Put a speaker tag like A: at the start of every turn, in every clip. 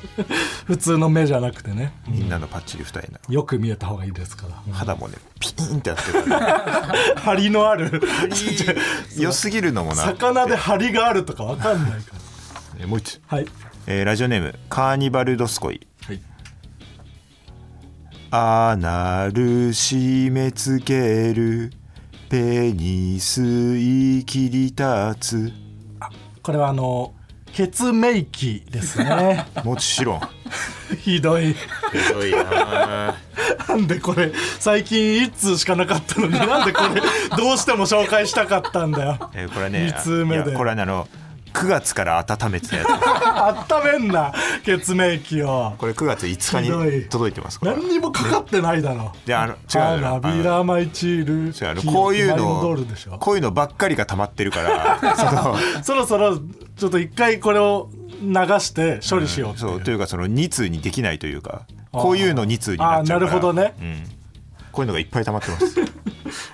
A: 普通の目じゃなくてね
B: みんなのパッチリ二重な
A: よく見えた方がいいですから
B: 肌もねピーンってやってる からね
A: 張りのある
B: 良すぎるのもな
A: 魚で張りがあるとかわかんないから
B: えーもう一つ、
A: はい
B: えーラジオネームカーニバルドスコイ
A: はい
B: アナル締め付けるペニスい切り立
A: これはあのケツメイキですね
B: つもちろん
A: ひどい
B: ひどいな
A: なんでこれ最近一通しかなかったの になんでこれどうしても紹介したかったんだよ
B: えーこれはね
A: 二通目で
B: いやこれはねあの9月から温めてたやつ
A: 温めんな血明器を
B: これ9月5
A: ひど
B: 日に
A: い
B: 届いてますこれは
A: 何にもかかってないだろ
B: であの違うのよ
A: 花びら舞い散
B: 違
A: る
B: うのこういう
A: マリンドール
B: の
A: でしょ
B: こういうのばっかりが溜まってるから その
A: そろそろちょっと一回これを流して処理しようっていう,、
B: そうというかその2通にできないというかこういうの2通にな
A: あ
B: っ
A: ー
B: ちゃうか
A: な
B: ら
A: るほどね、
B: こういうのがいっぱい溜まってます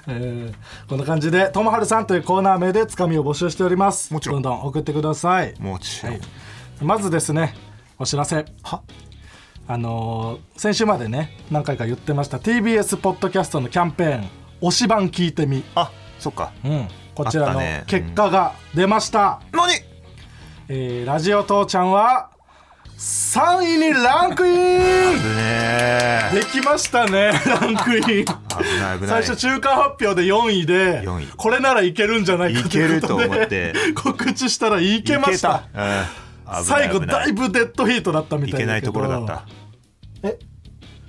A: えーこんな感じで「ともはるさん」というコーナー名でつかみを募集しております
B: もちろん
A: どんどん送ってください
B: もちろん、
A: はいまずですねお知らせ
B: は
A: あのー先週までね何回か言ってました TBS ポッドキャストのキャンペーン「推し版聞いてみ
B: あそっか」
A: うんこちら
B: あった
A: の
B: ね
A: 結果が出ました
B: 何
A: えーラジオ父ちゃんは3位にランクイン
B: 危ねえ
A: できましたねランクイ
B: 危
A: ン
B: ない危な
A: 最
B: い
A: 初中間発表で4位で
B: 4位
A: これならいけるんじゃないかということで
B: いけると思って
A: 告知したらいけました
B: いけたうん危ない
A: 最後
B: 危な
A: だいぶデッドヒートだったみ
B: い
A: たい
B: けないところだった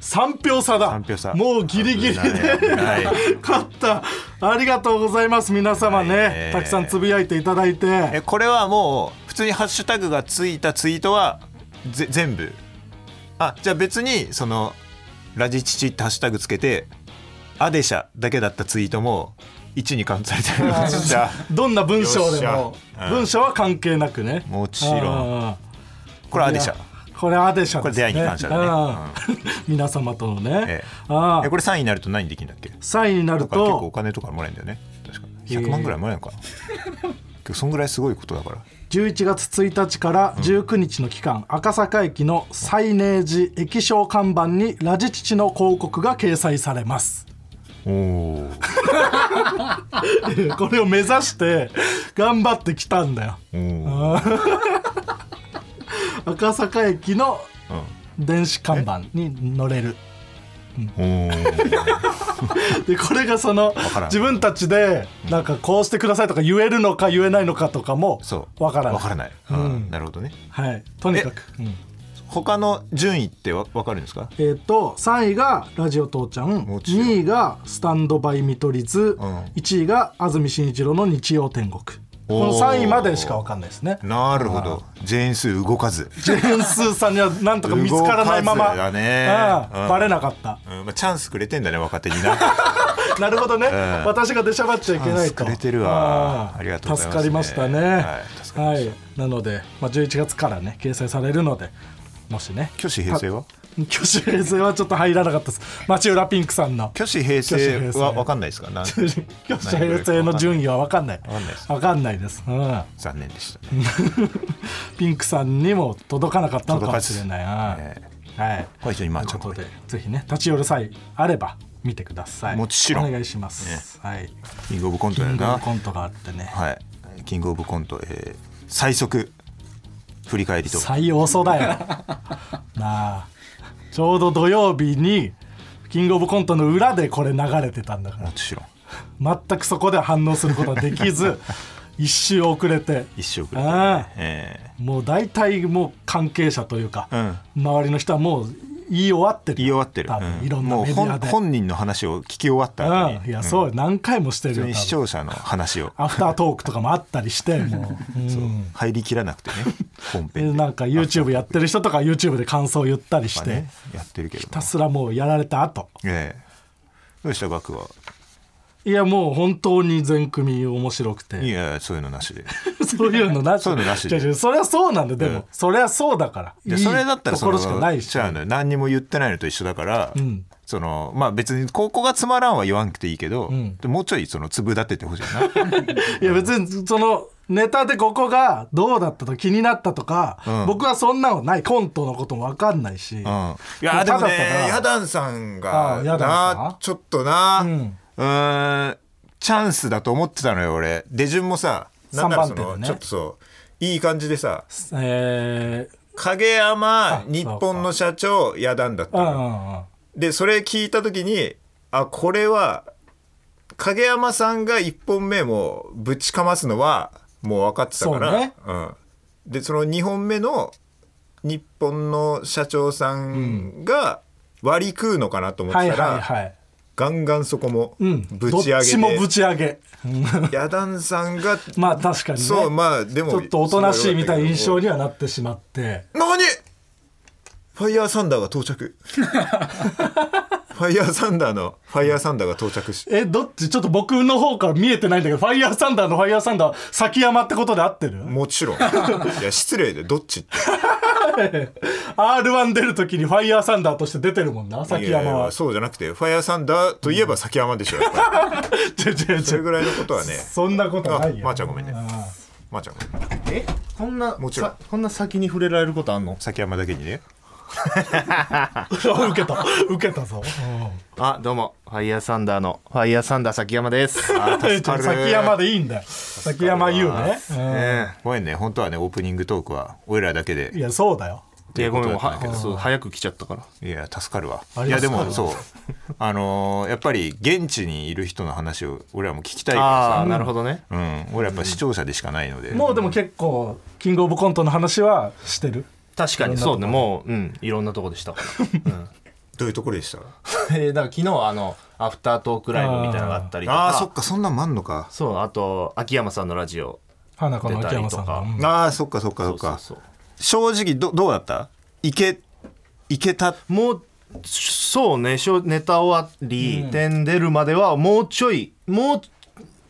A: 3票差だ
B: 3票差
A: もうギリギリで
B: 危ない危ない
A: 勝ったありがとうございます皆様ね、
B: はいえー
A: たくさんつぶやいていただい
B: え
A: て
B: これはもう普通にハッシュタグがついたツイートはぜ全部あじゃあ別にその「ラジチチ」ってハッシュタグつけて「アデシャ」だけだったツイートも1にカウントされてるのじゃあ
A: どんな文章で
B: よっ
A: も
B: しゃうん
A: 文章は関係なくね
B: もちろん
A: うん
B: これアデシャ
A: いやこれアデシャ
B: これ出会いに感謝だね
A: ね、うん皆様とのね、
B: ええ
A: あ
B: えこれ3位になると何できるんだっけ
A: 3位にな
B: と
A: る
B: か結構お
A: と
B: 金とかもらえるんだよね確か100万ぐらいもらえるのか な、結構そんぐらいすごいことだから
A: 11月1日から19日の期間、赤坂駅のサイネージ液晶看板にラジチチの広告が掲載されます
B: おお
A: これを目指して頑張ってきたんだよ
B: おお
A: 赤坂駅の電子看板に乗れる
B: お
A: でこれがその
B: からん
A: 自分たちでなんかこうしてくださいとか言えるのか言えないのかとかも
B: そう
A: わからない
B: わからない、うんなるほどね
A: はい、とにかく、うん
B: 他の順位ってわわかるんですか
A: えっ、と3位が「ラジオ父ちゃん」
B: もちろん
A: 2位が「スタンドバイ見取り図」
B: うん
A: 1位が安住紳一郎の「日曜天国」この3位までしか分かんないですね
B: なるほど全数動かず、
A: ジェーンスーさんにはなんとか見つからないま
B: 動か
A: ま
B: ずだね
A: ああ
B: うん
A: バレなかった
B: うんまあ、チャンスくれてんだね若手にな
A: なるほどね、
B: ん
A: 私が出しゃばっちゃいけない
B: 助
A: と
B: かれてるわ
A: ん
B: ありがとうございます
A: 助かりましたね
B: はい助かり
A: は
B: ま
A: い、
B: した
A: なので、まあ、11月からね掲載されるのでもしね
B: 虚子平成は
A: 挙手平成はちょっと入らなかったです町浦ピンクさんの
B: 虚子平成は分かんないですかなん
A: 挙手平成の順位は分かんない
B: かんないです
A: 分かんないです、うん、
B: 残念でしたね
A: ピンクさんにも届かなかったのかもしれない
B: 届かず
A: うんはい
B: これ非常にまあ
A: ということ
B: ちょ
A: でぜひね立ち寄る際あれば見てください
B: もちろん
A: お願いします、はい
B: キングオブコント
A: キ
B: や
A: ングオブ
B: な
A: コントがあってね、
B: はいキングオブコント、えー最速振り返りと
A: 最遅だ よなあちょうど土曜日にキングオブコントの裏でこれ流れてたんだから
B: もちろん
A: 全くそこでは反応することはで きず一周遅れて
B: 一生くらい、
A: ああ
B: え
A: もう大体もう関係者というか、
B: うん
A: 周りの人はもう言い終わって
B: ー
A: る
B: 言い終わってる、
A: 多分
B: うん
A: いろんな
B: もう
A: メディ
B: 本
A: アで
B: 本人の話を聞き終わった後に、
A: うん、いやそう、何回もしてる
B: 普
A: よ
B: 通に
A: 多
B: 視
A: 分
B: 聴者の話を
A: アフタートークとかもあったり してもう、うん
B: 入りきらな くてね本
A: で
B: 編で
A: なんか YouTube やってる人とか YouTube で感想を言ったりし
B: まあ
A: て、
B: ねやってるけども
A: ひたすらもうやられた後
B: ええどうでした額はい
A: やもう本当に全組面白く
B: い
A: て
B: やいやそういうのなしで
A: そういうのなし
B: そういうのなしで
A: 違う違うそりゃそうなんだよで
B: うん
A: もそりゃそうだから
B: いやそれだったら
A: いいと
B: そ
A: こ
B: の
A: ろしかないし
B: 違うのよ何にも言ってないのと一緒だから、
A: ん
B: そのまあ別にここがつまらんは言わなくていいけど、
A: ん
B: もうちょいその粒立ててほしい な
A: いや別にそのネタでここがどうだったと気になったとか、
B: ん
A: 僕はそんなのないコントのことも分かんない
B: う
A: し、
B: んいやでも
A: ただただ
B: ねヤダンさん
A: あ
B: が
A: あヤダンさん
B: なちょっとな
A: う
B: うんんんチャンスだと思ってたのよ俺出順もさなんならそ
A: 三番
B: の、
A: 手でね
B: ちょっとそういい感じでさ
A: えー
B: 影山
A: そうか
B: 日本の社長ヤダンだった
A: うん
B: の
A: う
B: よ
A: んうん
B: でそれ聞いた時にあこれは影山さんが1本目もぶちかますのはもう分かってたから
A: そうね
B: うん、でその2本目の日本の社長さんが割り食うのかなと思っ
A: は
B: て
A: い
B: たら、
A: はいはい
B: ガンガンそこも
A: うん
B: ぶち上
A: どっ
B: げ
A: ちもぶ
B: て、
A: ち上げ
B: ヤダンさんが
A: まあ確かにね
B: そうまあでも
A: ちょっとおとなしいみたいな印象
B: に
A: にはなってしまって
B: 何ファイヤーサンダーが到着ファイヤーサンダーのファイヤーサンダーが到着し
A: えどっちちょっと僕の方から見えてないんだけどファイヤーサンダーのファイヤーサンダー崎山ってことで合ってる
B: もちろん。いや、失礼で、どっちって。
A: r 1出る時にファイヤーサンダーとして出てるもんない崎
B: やい
A: 山
B: や
A: は
B: そうじゃなくて、ファイヤーサンダーといえば崎山でしょ、 やっぱ
A: 違う違う
B: り。そ
A: 違
B: れ
A: う
B: ぐらいのことはね。
A: そんなこと
B: あ
A: ないよ、
B: まーちゃんごめんね
A: う。
B: まーちゃんごめん。
C: えこんな
B: もちろん
C: さこんな先に触れられることあんの
B: 崎山だけにね。
A: 受けた受け たぞ、
C: あどうもファイヤーサンダーのファイヤーサンダー崎山 です
B: あ
A: うん、
B: 助かる
A: 崎山でいいんだよ崎山優ね、
B: ねごめんね、本当はね、オープニングトークは、俺らだけ
A: うんい
B: で。
A: やそうだよ
C: いやごめん
B: ということだったんだけ
C: はそう早く来ちゃったから
B: いや、助かるわ。
A: あ
B: い
A: り
B: や、
A: がと
B: で
A: うござい
B: も、
A: ます
B: そう。あのーやっぱり、現地にいる人の話を、俺らも聞きたい
C: ああ
B: か
C: なるほどね
B: らさ。うん。俺らやっぱ視聴者でしかないので。
A: もうでも結構キングオブコントの話はしてる
C: 確かにそうねもううんいろんなとこで した、うん、
B: どういうところでした
C: えーだから昨日あのアフタートークライブみたいなのがあったりとか
B: ああ、そっか、そんなんもあんのか。
C: そうあと秋山さんのラジオ
A: 花子の秋山さんが、
C: 出たりとか
A: うん
B: ああ、そっか、そっか、そっか。
C: そうそう
B: 正直どどうだったいけいけた
C: もうそうねしょネタ終わり、点出るまではもうちょいも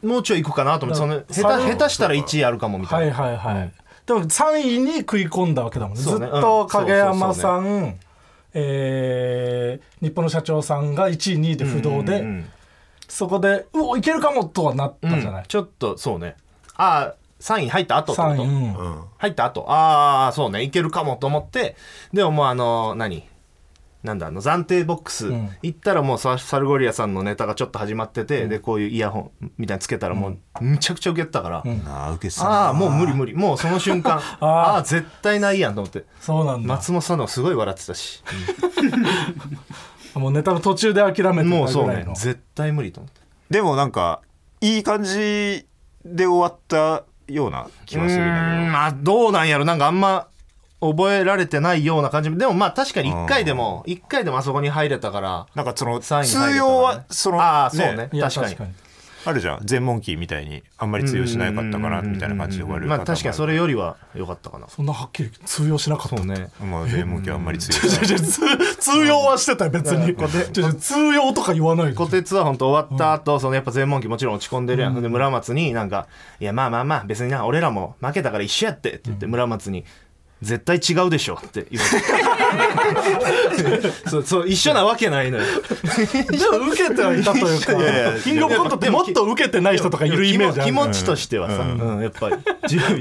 C: うもうちょい行くかなと思ってその下手下手したら1位あるかもみたい
A: は
C: な、
A: いはいはい、でも3位に食い込んだわけだもんねず
C: そう
A: っ
C: ねう
A: と
C: ん
A: 影山さ
C: そ
A: んえー日本の社長さんが1位2位で不動で、
C: うんうん
A: そこでうおいけるかもとはなったじゃない、
C: ちょっとそうねああ3位入った後ってこ
A: 3
C: と、
A: 位、うん
C: 入った後ああそうねいけるかもと思ってでももうあの何なんだあの暫定ボックス
A: ん
C: 行ったらもうササルゴリアさんのネタがちょっと始まってて、でこういうイヤホンみたいなのつけたらもうむちゃくちゃ受けてたから、
B: ああ受けてたな
C: ああもう無理無理もうその 瞬間ああ絶対ないやんと思って
A: そうなんだ、
C: 松本さんの方がすごい笑ってた し
A: もうネタの途中で諦めて
C: もう
A: た
C: そ
A: ぐ
C: う
A: らい
C: ね
A: の
C: 絶対無理と思って
B: でもなんかいい感じで終わったような気はするん
C: うーん
B: だ
C: まあどうなんやろなんかあんま覚えられてないような感じでもまあ確かに1回でも1回でもあそこに入れたから
B: けどなんかその
C: 3位に入れたからね
B: 通用はその
C: ああそうね
A: いや
C: 確かに
A: 確かに
B: あるじゃん全モンキーみたいにあんまり通用しなかったからみたいな感じで終わる
C: まあ確かにそ
B: れ
C: れよりは良かったかな
A: そんなはっきり通用しなかった
C: そうね
B: まあ全モンキーはあんまり通用しない
A: 違う違う通通用はしてたよ別に
C: だからこ
A: 違う違う通用とか言わないで
C: 虎鉄は本当終わった後、そのやっぱ全問期もちろん落ち込んでるやん、ほんで村松になんか「いやまあまあまあ別にな俺らも負けたから一緒やって」って言って村松に「絶対違うでしょ」って言われ てそうそう一緒なわけないのよ
A: じゃあ受けてはいたというか
C: いやいや
A: キングオブコントってもっと受けてない人とかいるイメージあ
C: 気
A: る
C: 持ちとしてはさ、うんやっぱり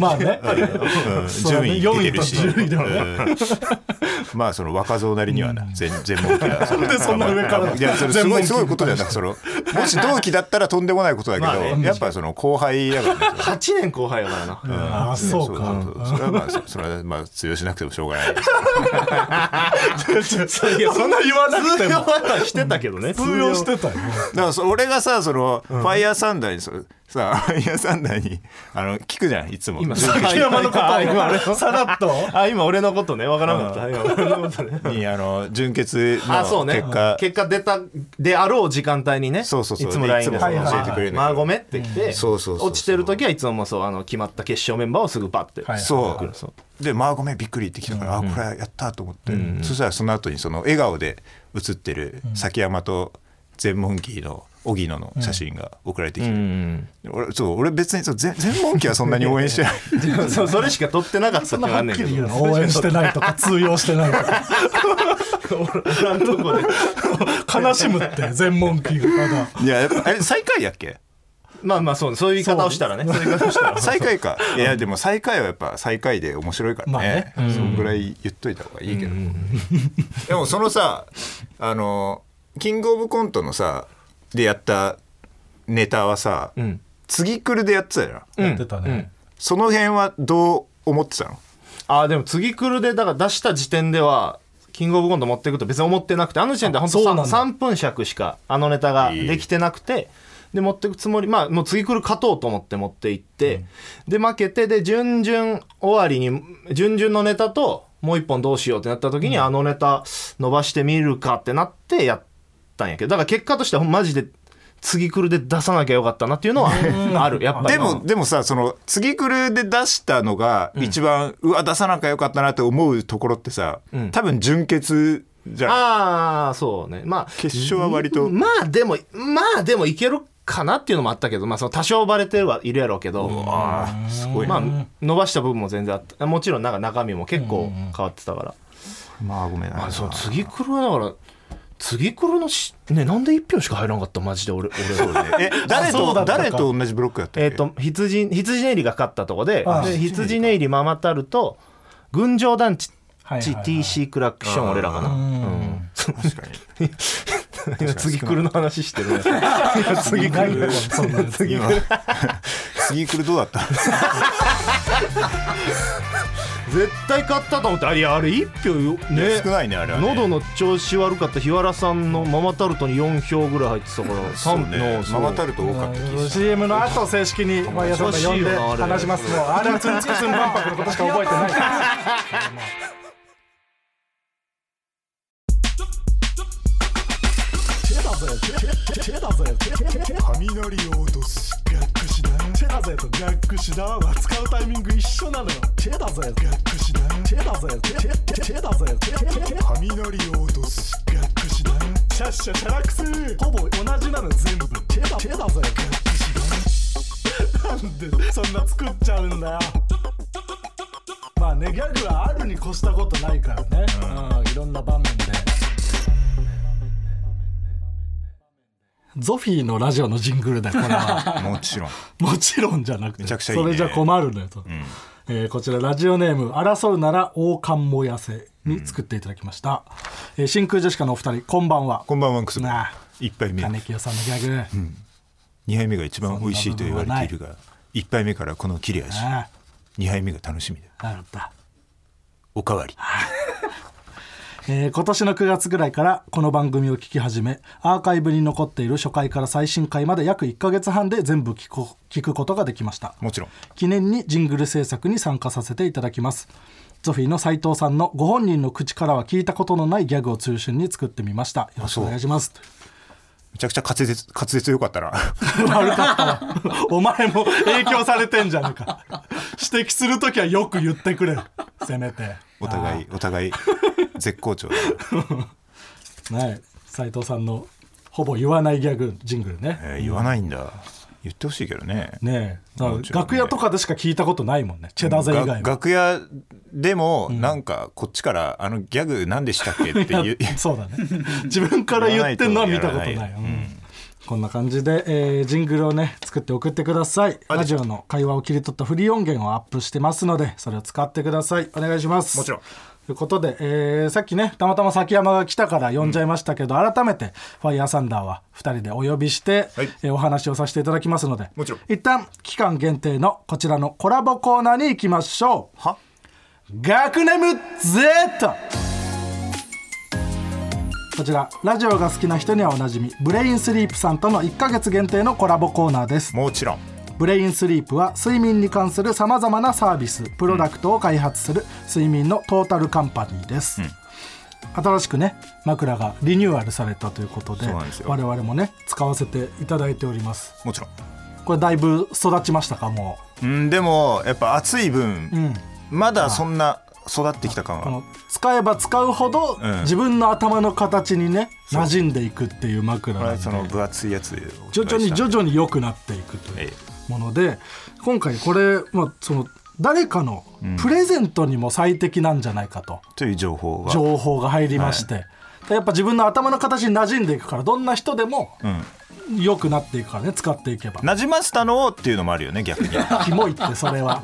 A: まあね
B: うん
A: そう
B: 順位出てるし
A: 4位と10位だろ
B: うんまあその若造なりにはな全全問題だ
A: なんでそんな上から
B: いやそれすごいすごいことじゃなくそのもし同期だったらとんでもないことだけど、
C: まあね
B: やっぱその後輩だからね
C: 8年後輩やからな、
A: ああそうか
B: そうそうそれはまあそそれはまあ通用しなくてもしょうがない
C: いやそんな言わなくて
A: も
C: してたけどね
A: 通用してた
B: だ
A: よ
B: からそ俺がさその、ファイヤーサンダーにそさファイヤーサンダーにあの聞くじゃんいつも
C: 今
A: 秋山のこと
C: あ今あれ
A: をさらっと
C: あ今俺のことねわからなかった今俺のことね
B: にあの純潔
C: あそ
B: の
C: うね
B: 結果
C: 結果出たであろう時間帯にね
B: そうそうそう
C: つも LINE で
B: いつも
A: 教えて
B: くれるんだけど
C: まあごめんってきて
B: そうそうそうそう
C: 落ちてる時はいつももうそうあの決まった決勝メンバーをすぐバッて
A: はい
B: そ
C: 送るそう
B: うで「まあごめんびっくり」って来たから「あこれやった」と思って、そしたらその後にその笑顔で写ってる崎山と全問キーの荻野の写真が送られてきて、
C: うん
B: 俺そう俺別にそう全全問キーはそんなに応援して ない
C: そうそれしか撮ってなかったって
A: そんなはっきり言うの応援して
C: い
A: ないとか通用してないとか
C: 俺のとこで
A: 悲しむって全問キーがただ
B: いややっぱあれ最下位だっけ
C: まあまあそうそういう言い方をしたらねそういう言い方をしたら
B: 最下位かいやでも最下位はやっぱ最下位で面白いからね,、そのぐらい言っといた方がいいけど、 でもそのさあのキングオブコントのさでやったネタはさ、
C: ん
B: 次くるでやってたじゃん
A: やってたね
B: その辺はどう思ってたの
C: あーでも次来るでだから出した時点ではキングオブコント持っていくと別に思ってなくてあの時点で本
A: そうなんだ
C: 当三3分尺しかあのネタができてなくて、で持っていくつもりまあもう次来る勝とうと思って持っていって、で負けてで準々終わりに準々のネタともう一本どうしようってなった時に、あのネタ伸ばしてみるかってなってやったんやけどだから結果としてはマジで次来るで出さなきゃよかったなっていうのは あるやっぱり
B: でもでもさその次くるで出したのが一番、うわ出さなきゃよかったなって思うところってさ、多分純潔じゃん
C: ああそうねまあ
B: 決勝は割と
C: まあでもまあでもいけるかなっていうのもあったけど、まあ、その多少バレてはいるやろうけど
B: あーすごいな、
C: ま
B: ま
C: あ伸ばした部分も全然あったもちろんなんか中身も結構変わってたから、
B: あ、ごめんな
C: まあ、その次来るはだから次来るのしねなんで1票しか入らんかったマジで俺俺は
B: え誰
A: そうだ
B: と
A: ったか
B: 誰と同じブロックやったっけ
C: えっと羊羊ネイリが勝ったとこで
A: ああ
C: で羊ネイリママタルと群青団地
A: はいはいはい
C: TC クラクション俺らかな、
B: 確かに
C: 今 次来るの話してるね 次来る
A: そんな やつ
B: 今次来るどうだった
C: 絶対買ったと思ってあいやあれ1票よね
B: 少ないねあれはね
C: 喉の調子悪かった日原さんのママタルトに4票ぐらい入ってたから
B: そう
C: 3
B: ね
C: のそう
B: ママタルト多かった 気がする
A: CM の後正式に毎朝さんが呼んで話しますもうあれはツンツンツン万博のことしか覚えてない
D: 雷を落とすガックシダチェだぜとガックシダは使うタイミング一緒なのよチェだぜガックシダチェだぜチェチェチェだぜチェチェチェ雷を落とすガックシダシャッシャチャラクスほぼ同じなの全部チェだチェだぜガックシダなんでそんな作っちゃうんだよまあねギャグはあるに越したことないからねうんいろんな場面で
A: ゾフィーのラジオのジングルだよこれ は
B: もちろん
A: もちろんじゃなくて
B: ちゃくちゃいいね
A: それじゃ困るのよと、えーこちらラジオネーム「争うなら王冠燃やせ」に作っていただきました、えー真空ジェシカのお二人こんばんは
B: こんばんはクス
A: なあ
B: 一杯目
A: 金清さんのギャグ、
B: 二杯目が一番美味しいと言われているが一杯目からこの切れ味
A: あ
B: 二杯目が楽しみだ
A: あ分かった
B: おかわり
A: えー今年の9月ぐらいからこの番組を聞き始めアーカイブに残っている初回から最新回まで約1ヶ月半で全部聞こ聞くことができました
B: もちろん
A: 記念にジングル制作に参加させていただきますゾフィーの斉藤さんのご本人の口からは聞いたことのないギャグを中心に作ってみましたよろしくお願いします
B: めちゃくちゃ滑舌滑舌良か ったな
A: 悪かったわお前も影響されてんじゃねえか指摘する時はよく言ってくれよせめて
B: お互いお互い絶好調だな
A: はい斉藤さんのほぼ言わないギャグジングルね
B: えー言わないんだ言ってほしいけどね
A: ねえだから
B: もちろんね
A: 楽屋とかでしか聞いたことないもんねチェダーゼ以外
B: が
A: は
B: 楽屋でもなんかこっちから「あのギャグ何でしたっけ?」って言う
A: そう だね自分から言ってんのは見たことない
B: 言わないと
A: うんこんな感じで、えージングルをね作って送ってくださいラジオの会話を切り取ったフリー音源をアップしてますのでそれを使ってくださいお願いします
B: もちろん
A: ということで、えーさっきねたまたま崎山が来たから呼んじゃいましたけど、改めてファイヤーサンダーは2人でお呼びして、
B: はい
A: えーお話をさせていただきますので
B: もちろん
A: 一旦期間限定のこちらのコラボコーナーに行きましょう
B: は
A: 学ネム Z こちらラジオが好きな人にはおなじみブレインスリープさんとの1ヶ月限定のコラボコーナーです
B: もちろん
A: ブレインスリープは睡眠に関するさまざまなサービスプロダクトを開発する睡眠のトータルカンパニーです、新しくね枕がリニューアルされたということで
B: そうなんですよ
A: 我々もね使わせていただいております
B: もちろん
A: これだいぶ育ちましたかも
B: うんでもやっぱ暑い分、
A: う、うん、
B: まだそんな育ってきた感
A: こ
B: は
A: の使えば使うほど
B: うん
A: 自分の頭の形にね馴染んでいくっていう枕
B: これ
A: なん
B: は
A: で
B: その分厚いやつを
A: 徐々に徐
B: に
A: 々に良くなっていくとい
B: え
A: うもので今回これ、まあ、その誰かのプレゼントにも最適なんじゃないかと
B: という情報が
A: 情報が入りまして、でやっぱ自分の頭の形に馴染んでいくからどんな人でも
B: うん
A: 良くなっていくからね使っていけば。
B: なじませたのをっていうのもあるよね 逆に
A: キモいってそ れは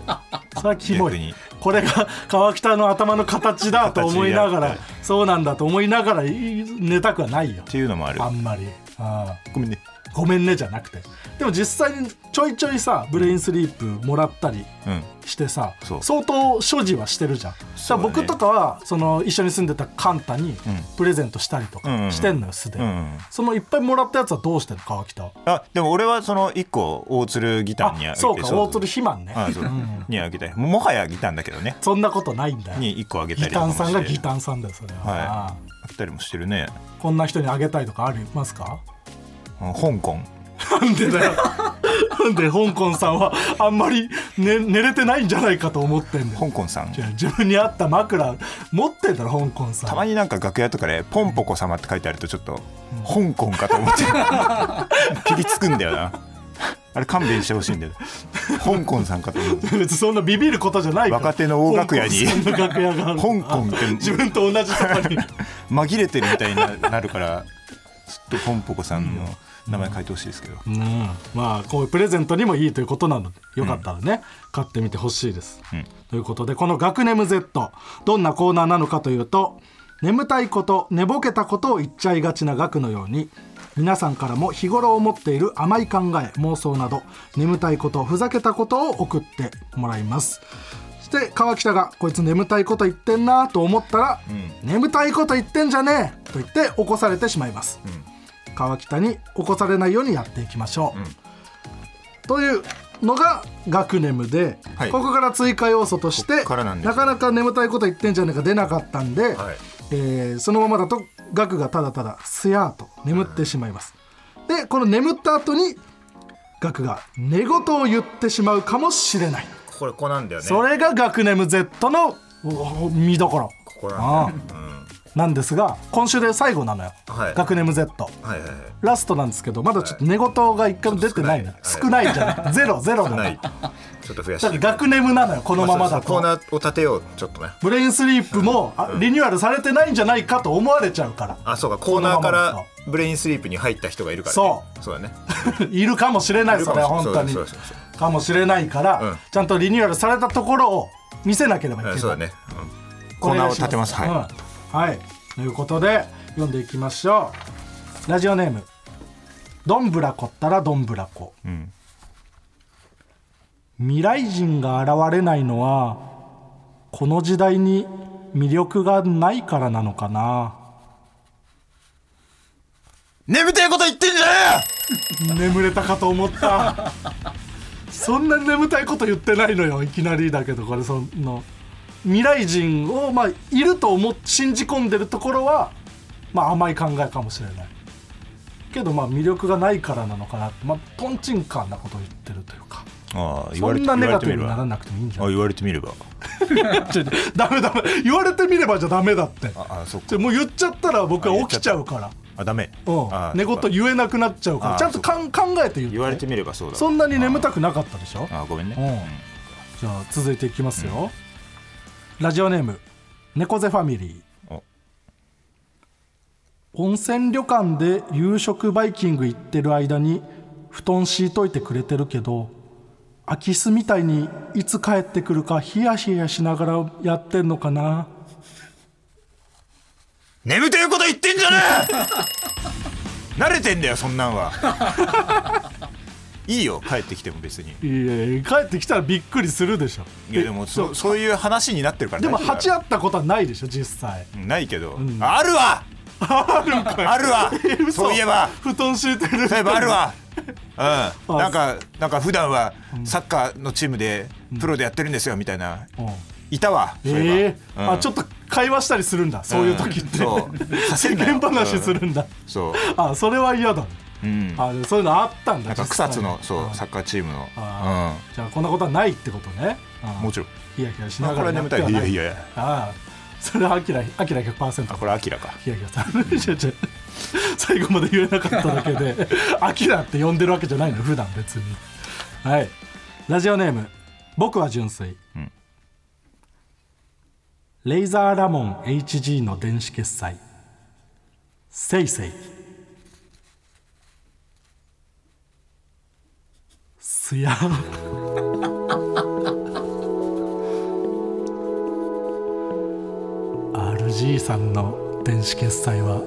A: それはキモ
B: 逆
A: い
B: に
A: これが川北の頭の形だと思いな
B: 形
A: がら
B: や
A: そうなんだと思いながらいい寝たくはないよ
B: っていうのもある
A: あんまりあ
B: ごめんね
A: ーごめんねじゃなくてでも実際にちょいちょいさブレインスリープもらったり
B: うん
A: してさ、
B: そう
A: 相当所持はしてるじゃん、
B: そうだね
A: 僕とかはその一緒に住んでたカンタにプレゼントしたりと
B: うんうんう
A: か
B: ん
A: してんのよすでに、
B: うんうん
A: そのいっぱいもらったやつはどうしてんの川北は
B: あでも俺はその一個大鶴ギターにあ
A: あそうか大鶴肥満ね
B: あそうにあげたいももはやギターだけどね
A: そんなことないんだよ
B: に一個あげた
A: ギ
B: りと
A: タ
B: か
A: ン
B: もして
A: さんがギタンさんだよそれは、あ
B: はあったりもしてるね
A: あこんな人にあげたいとかありますか
B: うん香港
A: なん でだよなんで香港さんはあんまり、ね、寝れてないんじゃないかと思ってんだよ
B: 香港さん
A: 違う自分に合った枕持ってんだろ香港さん
B: たまになんか楽屋とかで「ポンポコ様」って書いてあるとちょっと香港かと思って ピリつくんだよなあれ勘弁してほしいんだよ香港さんかと思って
A: 別にそんなビビることじゃないから
B: 若手の大楽屋に
A: 香港さんの楽屋がある
B: 香港って
A: 自分と同じとこに
B: 紛れてるみたいにななるからちょっとポンポコさんの名前書いてほしいですけど
A: うんまあこういうプレゼントにもいいということなのでよかったらね、買ってみてほしいです、
B: うん
A: ということでこの「学ネム Z」どんなコーナーなのかというと眠たいこと寝ぼけたことを言っちゃいがちな学のように皆さんからも日頃思っている甘い考え妄想など眠たいことふざけたことを送ってもらいますそして川北が「こいつ眠たいこと言ってんな」と思ったら「眠たいこと言ってんじゃねえ!」と言って起こされてしまいます、川北に起こされないようにやっていきましょう、というのが学ネムで、
B: はい
A: ここから追加要素として
B: こっからなんですよ
A: なかなか眠たいこと言ってんじゃねえか出なかったんで、
B: はい
A: えーそのままだと学がただただすやーと眠ってしまいます、でこの眠った後に学が寝言を言ってしまうかもしれない、
B: これ子なんだよね
A: それが学ネム Z のお見どころ
B: こ
A: ああなんですが今週で最後なのよ、
B: はい
A: 学ネム Z
B: はいはい
A: ラストなんですけどまだちょっと寝言が一回も出てないのよ少ない,、じゃないゼロゼロだから
B: ちょっと増や
A: だって学ネムなのよこのままだと、
B: ナーを立てようちょっとね
A: ブレインスリープも、あリニューアルされてないんじゃないかと思われちゃうから
B: あそうかコー
A: ナーから
B: ブレインスリープに入った人がいるから
A: ねそう
B: そうだね
A: いるかもしれない
B: いる
A: そ
B: か
A: れ
B: も
A: は
B: しれ
A: 本当
B: ない
A: に
B: そうそうそう
A: かもしれないから、
B: うん
A: ちゃんとリニューアルされたところを見せなければいけない、
B: ね
A: コ
B: コ
A: ー
B: ー
A: ナ
B: ナーを
A: ーを立
B: 立
A: て
B: て
A: ま
B: ますす
A: は
B: はいい、
A: はい、ということで読んでいきましょうラジオネーム「どんぶらこったらどんぶらこ」
B: ん
A: 未来人が現れないのはこの時代に魅力がないからなのかな
B: 眠たいこと言ってんじゃね
A: 眠れたかと思ったそんなに眠たいこと言ってないのよいきなりだけどこれその未来人をまあいると思っ信じ込んでるところはまあ甘い考えかもしれないけどまあ魅力がないからなのかなって、まあ、トンチンカンなことを言ってるというか
B: ああ言
A: そ
B: われ
A: ん
B: て
A: な
B: 言
A: ネ
B: われ
A: ガ
B: て
A: ティ
B: みれ
A: ブになら
B: ば
A: なくてもいいんじゃ
B: あ
A: ない
B: 言われてみれば
A: ちょちょダメダメ言われてみればじゃダメだって
B: ああそっ
A: ち
B: か
A: ょもう言っちゃったら僕は起きちゃうから
B: あダメあ
A: うん寝言言えなくなっちゃうから
B: あ
A: ちゃんとかん考えて言って
B: 言われてみればそうだ
A: そんなに眠たくなかったでしょ
B: あごめんね
A: うんじゃあ続いていきますよ、ラジオネーム猫背ファミリー
B: お
A: 温泉旅館で夕食バイキング行ってる間に布団敷いといてくれてるけど空き巣みたいにいつ帰ってくるかヒヤヒヤしながらやってんのかな
B: 眠てえこと言ってんじゃね え慣れてんだよそんなんは いいよ帰ってきても別に
A: いやいや帰ってきたらびっくりするでしょ
B: いやでもそそういう話になってるから
A: で
B: 大
A: も
B: 丈夫だよ
A: 鉢合ったことはないでしょ実際
B: うんないけど、あるわあるわそういえば
A: 布団敷いてる
B: そういえばある わうんなんかなんか普段はサッカーのチームでプロでやってるんですよみたいな、いたわそういえ
A: ええ
B: ば、うん
A: あちょっと会話したりするんだそういう時っ
B: うん
A: て、
B: そう
A: 世間話するんだ、
B: そう
A: あそれは嫌だ、
B: うん
A: あでもそういうのあったんだ
B: なんか
A: 実
B: 草
A: 際
B: 津のそうサッカーチームの
A: あじゃあこんなことはないってことねあ
B: うんもちろん
A: ヒヤヒヤし
B: あ
A: な
B: これ
A: がら
B: は
A: や
B: 眠たい
A: ってはいな
B: や
A: い
B: いやいや
A: あそれはアキラアキラ100%
B: あこれアキラか
A: ヒヤヒヤさん違う違う最後まで言えなかっただけで「アキラ」って呼んでるわけじゃないの普段別にはいラジオネーム「僕は純粋」レイザーラモン HG の電子決済せいせいすやー RG さんの電子決済は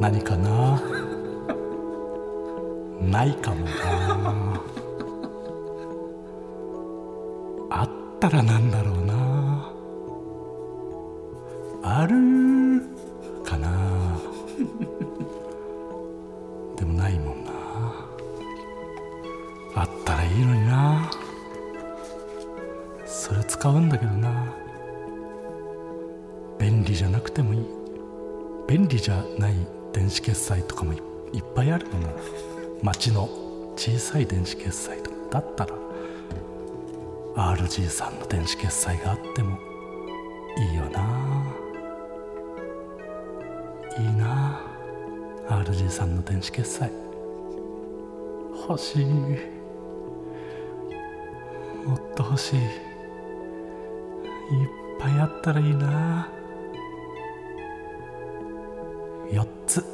A: 何かな ない かもなあったらなんだろうなあるかな でもないもんなあったらいいのになそれ使うんだけどな便利じゃなくてもいい便利じゃない電子決済とかもいいっぱいあるもの街の小さい電子決済とかだったら RG さんの電子決済があってもいいよないいな RG さんの電子決済欲しいもっと欲しいいっぱいあったらいいな4つ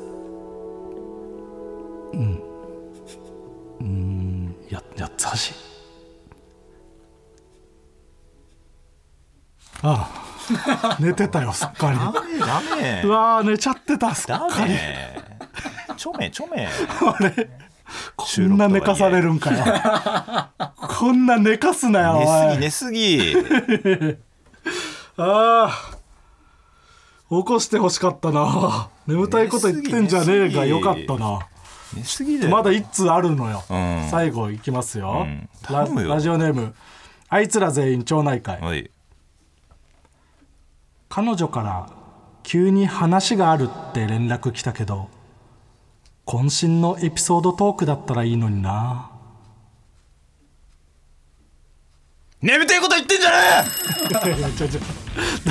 A: うんうーんや4つ欲しいああ 寝てたよすっかり
B: ダメダメ
A: うわー寝ちゃってたすっ
B: ダ
A: かり
B: メちょめちょめ
A: こんな寝かされるんかよこんな寝かすなよ おい
B: 寝すぎ寝 すぎ
A: ああ起こしてほしかったな眠たいこと言ってんじゃねえが
B: 寝すぎ
A: よかったな
B: 寝すぎだよ
A: まだ1通あるのよ、
B: ん
A: 最後いきますよ,
B: ん
A: ラ、
B: 頼むよ
A: ラジオネームあいつら全員町内会、
B: おい
A: 彼女から急に話があるって連絡来たけど渾身のエピソードトークだったらいいのに な
B: 眠てえこと言ってんじゃね
A: ちょちょ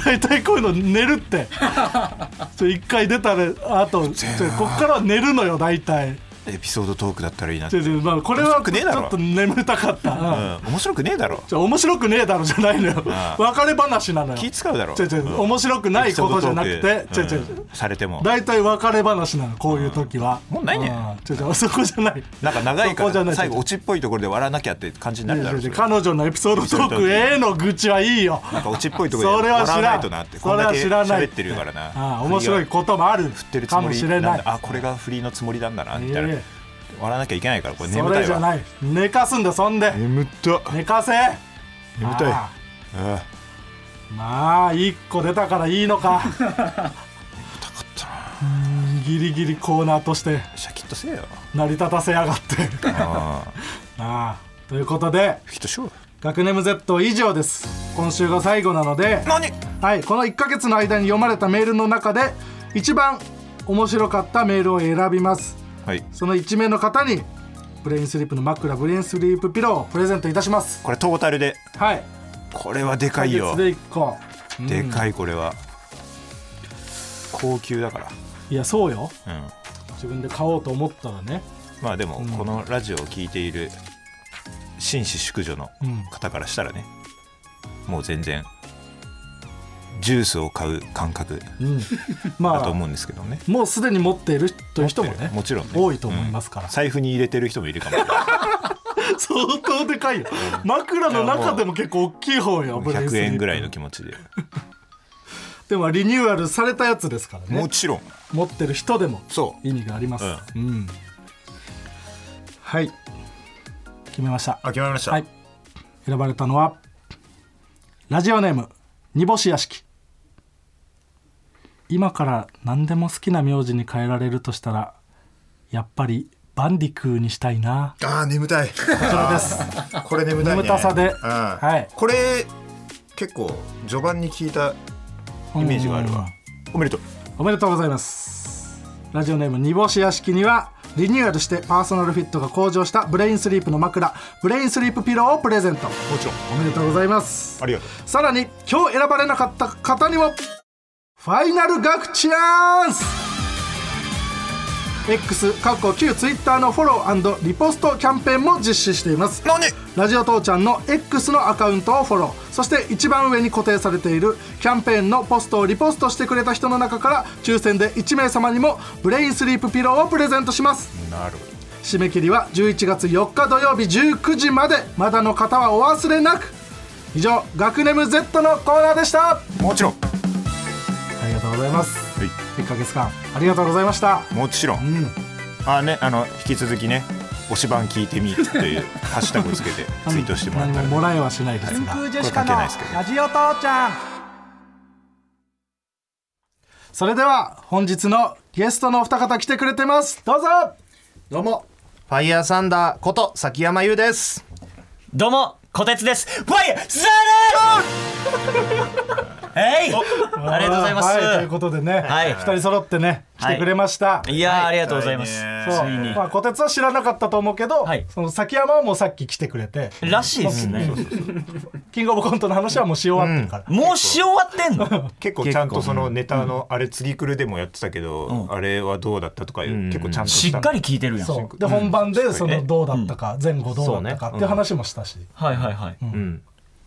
A: 大体こういうの寝る ってちょ一回出たらあとちょこっからは寝るのよ大体
B: えエピソードトークだったらいいなっ
A: ち
B: て、
A: ょちょまあこれは
B: 面白くねえ
A: ち
B: だ
A: ょ
B: ろ
A: っと眠たかった、
B: う
A: うん
B: ん、面白くねえだろ
A: ちょ面白くねえだろじゃないのよ別れ話なのよ
B: 気使うだろ
A: ちょちょ
B: うん
A: 面白くないことじゃなく
B: エ
A: て
B: ピ
A: ち
B: ソ
A: ょ
B: ードト
A: ちょ
B: ークうんされても
A: 大体別れ話なのこういう時は、
B: もうないね
A: うんちょちょそこじゃない
B: なんか長いか
A: そこじゃな
B: ら
A: い
B: 最後オチっぽいところで笑わなきゃって感じになるだろ
A: いやいやいや
B: それ
A: 彼女のエピソードトー
B: エピソードトー
A: ク
B: ク
A: への愚痴はいいよ
B: なんかオチっぽいところ
A: そ
B: で
A: れは
B: 笑
A: 知
B: わ
A: らん
B: ないとなってこんだけ
A: それは知らない
B: 喋ってるからな
A: ああ面白いこともある
B: 振ってるつ
A: か
B: も
A: も
B: り
A: し
B: な
A: れ
B: んだ
A: ない
B: あこれが振りのつもりなんだなみたいな
A: ええ
B: 笑わなきゃいけないからこれ
A: そ
B: 眠た
A: れ
B: い
A: じゃ
B: わ
A: ない寝かすんだそんで
B: 眠た
A: 寝かせ
B: 眠たい
A: あ
B: あ
A: あまあ一個出たからいい のかうんギリギリコーナーとして
B: あシャキッとせえよ
A: 成り立たせやがって ああということで
B: ヒットしよう
A: 学ネム Z 以上です今週が最後なので
B: 何
A: はい、この1ヶ月の間に読まれたメールの中で一番面白かったメールを選びます
B: はい
A: その1名の方にブレインスリープの枕ブレインスリープピローをプレゼントいたします
B: これトータルで
A: はい
B: これはでかいよ
A: 解決で1個
B: でかいこれは高級だか
A: いやそうよ
B: らうん
A: 自分で買おうと思ったらね
B: まあでもこのラジオを聞いている紳士淑女の方からしたらねもう全然ジュースを買う感覚だ
A: ま
B: と
A: あ
B: 思うんですけどね
A: もうすでに持っているという人もね
B: もちろんね
A: 多いと思いますから、
B: 財布に入れてる人もいるかもしれ ない
A: 相当でかいよ枕の中でも結構大きい方よブレイン
B: 100
A: スリープ
B: 円ぐらいの気 持ちで
A: でもリニューアルされたやつですからね
B: もちろん
A: 持ってる人でも
B: そう
A: 意味があります、うんはい決めました
E: あ決まりました、
A: はい選ばれたのはラジオネーム煮干し屋敷今から何でも好きな名字に変えられるとしたらやっぱりバンディクーにしたいな
E: あー眠たい
A: こちらです
E: これ眠たいね
A: 眠たさで
E: うん
A: はい
E: これ結構序盤に聞いた
A: イ
E: メージがあるわおめでとう
A: おめでとうございますラジオネーム煮干し屋敷にはリニューアルしてパーソナルフィットが向上したブレインスリープの枕ブレインスリープピローをプレゼント
E: もちろん
A: おめでとうございます
E: ありがとう
A: さらに今日選ばれなかった方にもファイナルガクチャンス X 過去旧 Twitter のフォローリポストキャンペーンも実施しています
E: 何
A: ラジオ父ちゃんの X のアカウントをフォローそして一番上に固定されているキャンペーンのポストをリポストしてくれた人の中から抽選で1名様にもブレインスリープピローをプレゼントします
E: なるほど
A: 締め切りは11月4日土曜日19時までまだの方はお忘れなく以上「学ネム Z」のコーナーでしたあ
E: もちろん
A: りがとうございます
E: はい
A: 1ヶ月間ありがとうございました
E: もちろん、
A: ん
E: あねあの引き続きね「推し番聞いてみ」というハッシュタグをつけてツイートしてもらったら、
A: 何ももらえはしないですが
E: これ関係ないですけどね
A: ジオ父ちゃんそれでは本日のゲストのお二方来てくれてますどうぞ
C: どうもファイヤーサンダーこと崎山優です
F: どうも、こてつです。ファイヤーザーえいありがとうございます。
A: はい、ということでね、
F: はい
A: 2人揃ってね来
F: は
A: て
F: い
A: くれました、
F: いやー、ありがとうございます。
A: そう
F: ついに
A: まあ、小鉄は知らなかったと思うけど、
F: はい
A: その崎山はもうさっき来てくれて
F: らしいですね。
A: キングオブコントの話はもうし終わってるから、
F: もうし終わってんの
E: 結構ちゃんとそのネタのあれ次来るでもやってたけど、あれはどうだったとかいう、結構ちゃんと
F: し
E: した
F: っかり聞いてるやん。
A: そうで本番でそのどうだったか、前後どうだったかっていう話もしたし、
F: はいはいはい。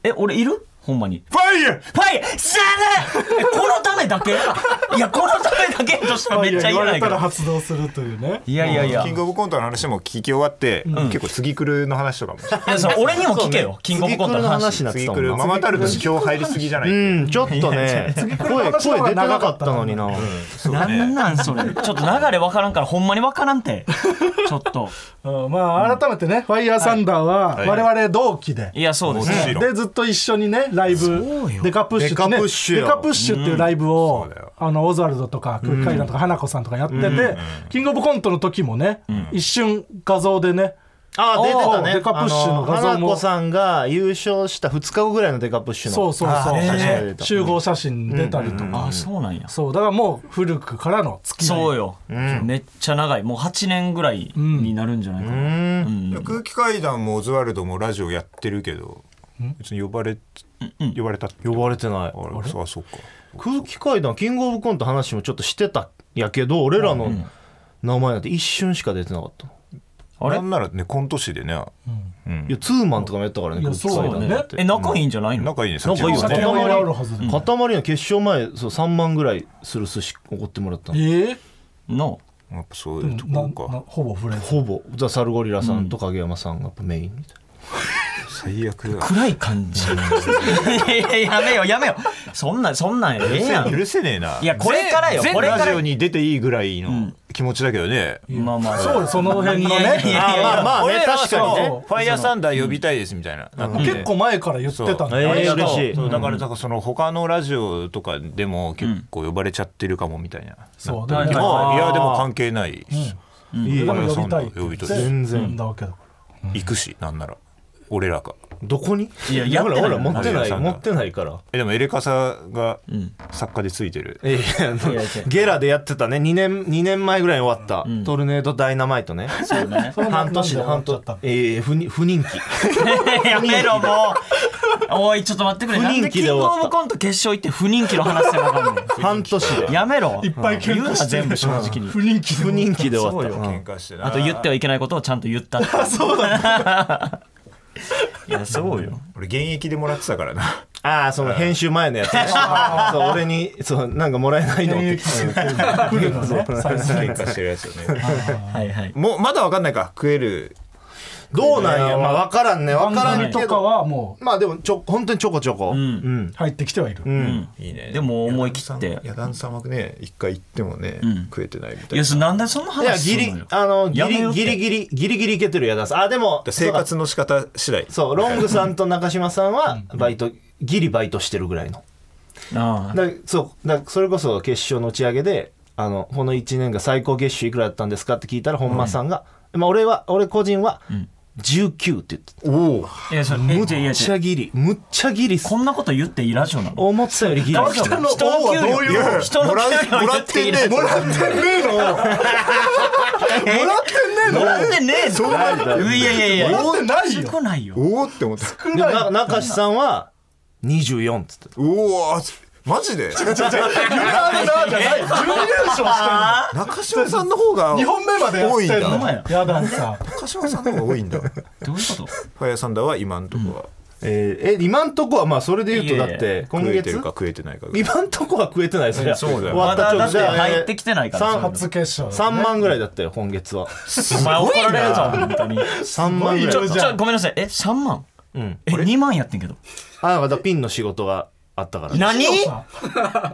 F: え、俺いるほんまに。
E: ファイヤー
F: ファイヤーザーえこのためだけいや、このためだけとしかめっちゃ
A: 言
F: 言え
A: わ
F: ない
A: れ
F: け
A: た
F: ど
A: ら。発動するというね
F: いやいやいや。
E: キン
F: い
E: グオブコントの話も聞き終わって、結構次来るの話とかも
F: やそれ俺にも聞けよ。キングオブコントの話。
E: 次
C: 次来る話に
E: 来
C: なってた
E: る
C: もんな
E: ママタルトに今日入りすぎじゃない、
C: うんちょっとね声声出てなかったのにな
F: なんなんそれ。ちょっと流れわからんから、ほんまにわからんて。ちょっと。
A: うんまあ改めてね、ファイヤーサンダーは
E: はい
A: 我々同期で、
F: いや、そうですね。
E: もちろん
A: でずっと一緒にねライブ
F: うよ
A: デカプッシュってね
C: デカプッシュよ
A: デカプッシュっていうライブを、
E: そうだよ
A: あのオズワルドとか空気階段とか花子さんとかやってて、キングオブコントの時もね、一瞬画像でね
C: あー出てたね
A: デカプッシュの画像も
C: あ花子さんが優勝した2日後ぐらいのデカプッシュの
A: そうそうそう、
C: 写真が出た
A: 集合写真出たりとか、
F: あ、そうなんや。
A: そうだからもう古くからの付き合い
F: そうよ、めっちゃ長いもう8年ぐらいになるんじゃないかな、
E: 空気階段もオズワルドもラジオやってるけど別に呼ばれ呼ばれたって
C: 呼ばれてない
E: あれそうあそうか
C: 空気階段キングオブコント話もちょっとしてたやけど俺らの名前なんて一瞬しか出てなかった
F: あれ
E: なんならねコント師でね
C: いやツーマンとかもやったからね
A: いや
C: 空気階段だって
F: え仲いいんじゃないの、
E: 仲いいね
C: 仲いいよね
E: さっき
A: 酒
E: の
A: もいろいろあるはずで、
C: 塊の決勝前そう3万ぐらいする寿司おごってもらったの
A: ええ
F: の
E: やっぱそういうと
A: な
E: こ
A: な
E: か
A: ほぼ触れず
C: ほぼザ・サルゴリラさんと影山さんがやっぱメインみたい
E: 最悪だ
F: 暗い感じいややめよやめよそんなんそんなんええやん
E: 許せねえない
F: いやこれからよ
E: 全
F: これか
E: 全
F: ら
E: ラジオに出ていいぐらいの気持ちだけどね
F: まあまあ
A: そうよその辺の
F: いやいやい
A: ね
F: や
E: あまあまあね
F: 俺らは
E: 確かにね
A: そう
E: ファイヤーサンダー呼びたいですみたいななってて
A: 結構前から言ってたんだ
C: な
A: よ
C: ええ嬉しい
E: そうだからなんかその他のラジオとかでも結構呼ばれちゃってるかもみたいな、
A: そう
E: な
A: だ
E: んか
A: から
E: いやでも関係ないし、
A: でも呼びたい
E: 呼びたい
A: 全然だけど
E: 行くしなんなら俺らか
C: どこに
F: いややってない
C: ほらほら持って
E: 萩
C: な
E: 原さ
C: い
E: んが
C: 持ってないから
E: えでもエレカサが
F: ん
E: 作家でついてる、
C: い やあの
F: いやいや
C: ゲラでやってたね2年2年前ぐらいに終わった、トルネードダイナマイトね
F: そうね
C: 半年で半年ええ不人不人気
F: やめろもうおいちょっと待ってくれ
C: 不人気
F: なんキン
C: で
F: グ
C: 終わった
F: オブコント決勝行って不人気の話せなあかんね
C: 半年で
F: んやめろいっ
A: ぱい喧嘩して
F: 言うな全部正直に
A: 不人気
C: 不人気で終わったうん
E: 喧嘩してな
F: あと言ってはいけないことをちゃんと言ったって そうだいやそうよ
E: 俺現役でもらってたからな
C: ああその編集前のやつねそう俺にそうなんかもらえないのって
E: 喧嘩してるやつよね
F: はいはい
E: もうまだわかんないか食える
C: どうなんやまあ分からんね分からんけ
A: とか
C: ど
A: はも
C: まあでもちょ本当にちょこちょこうん
A: う入ってきてはいる、
C: うん
E: いいね
F: でも思い切って
E: 野田さんはね一回行ってもね、
F: ん
E: 食えてないみた
F: い
E: いな
F: やそなんでそんない
C: や
F: 話
C: ギ
F: す
C: リ
F: るのよ
C: あのギ
F: やめよ
C: リ
F: って
C: ギリギリギリギリいけてるやださんあでも
E: 生活の仕方次第
C: そうロングさんと中島さんはバイトギリバイトしてるぐらいの
F: ああ
C: だそうだそれこそ決勝の打ち上げであのこの1年が最高月収いくらだったんですかって聞いたら本間さんが、まあ、俺は俺個人は19って言ってた、
F: いやそれ
C: む
F: え
C: っ
F: じゃあいや
C: ち
F: じゃ
C: ゃ
F: あ
C: ギリむっちゃギリっす
F: こんなこと言っていいラジオなの
C: 思ってたよりギリ
F: 人の人の給料人の
E: もら
F: 給料
E: もら
F: 言
E: っ
F: って
E: て
F: いい
E: ね
F: ラ
E: え
F: ジオ
E: もらってねえの
F: もらってねえのもらってねえのいやいやいや
A: もらってないよ
F: 少ないよ
E: おおって思った
C: でもな中志さんは24っつってた
E: おおマジで
F: あ
E: 中島さんの方が
A: 2本目までやっ
E: 多い
A: て
E: ん
A: ん
F: お
E: だ
F: 前ら
A: のやださ
E: 中島さんの方が多いんだフ
F: どういうこと
E: ァイヤーサンダーは今んとこは
C: えーえ今んとこはまあそれで言うと
F: いや
C: だ
F: いや
C: って今
E: 食えて
C: 月
E: るか食えてないかぐらい
C: 今んとこは食えてないそりゃ
E: そうだよ
C: 終わ
F: ま
C: った
F: だ
C: 直
F: だ
C: 後
F: って
C: じゃあ
F: 入ってきてないから
C: さん
F: それ
A: 初決勝
C: 3万ぐらいだったよ今 月は
F: お前怒られるぞ本当に
C: 3万ぐらい
F: ち
C: だっ
F: ょ
C: た
F: ちょごめんなさいえ3万
C: うん
F: え2万やってんけど
C: あまたピンの仕事があったから
F: 何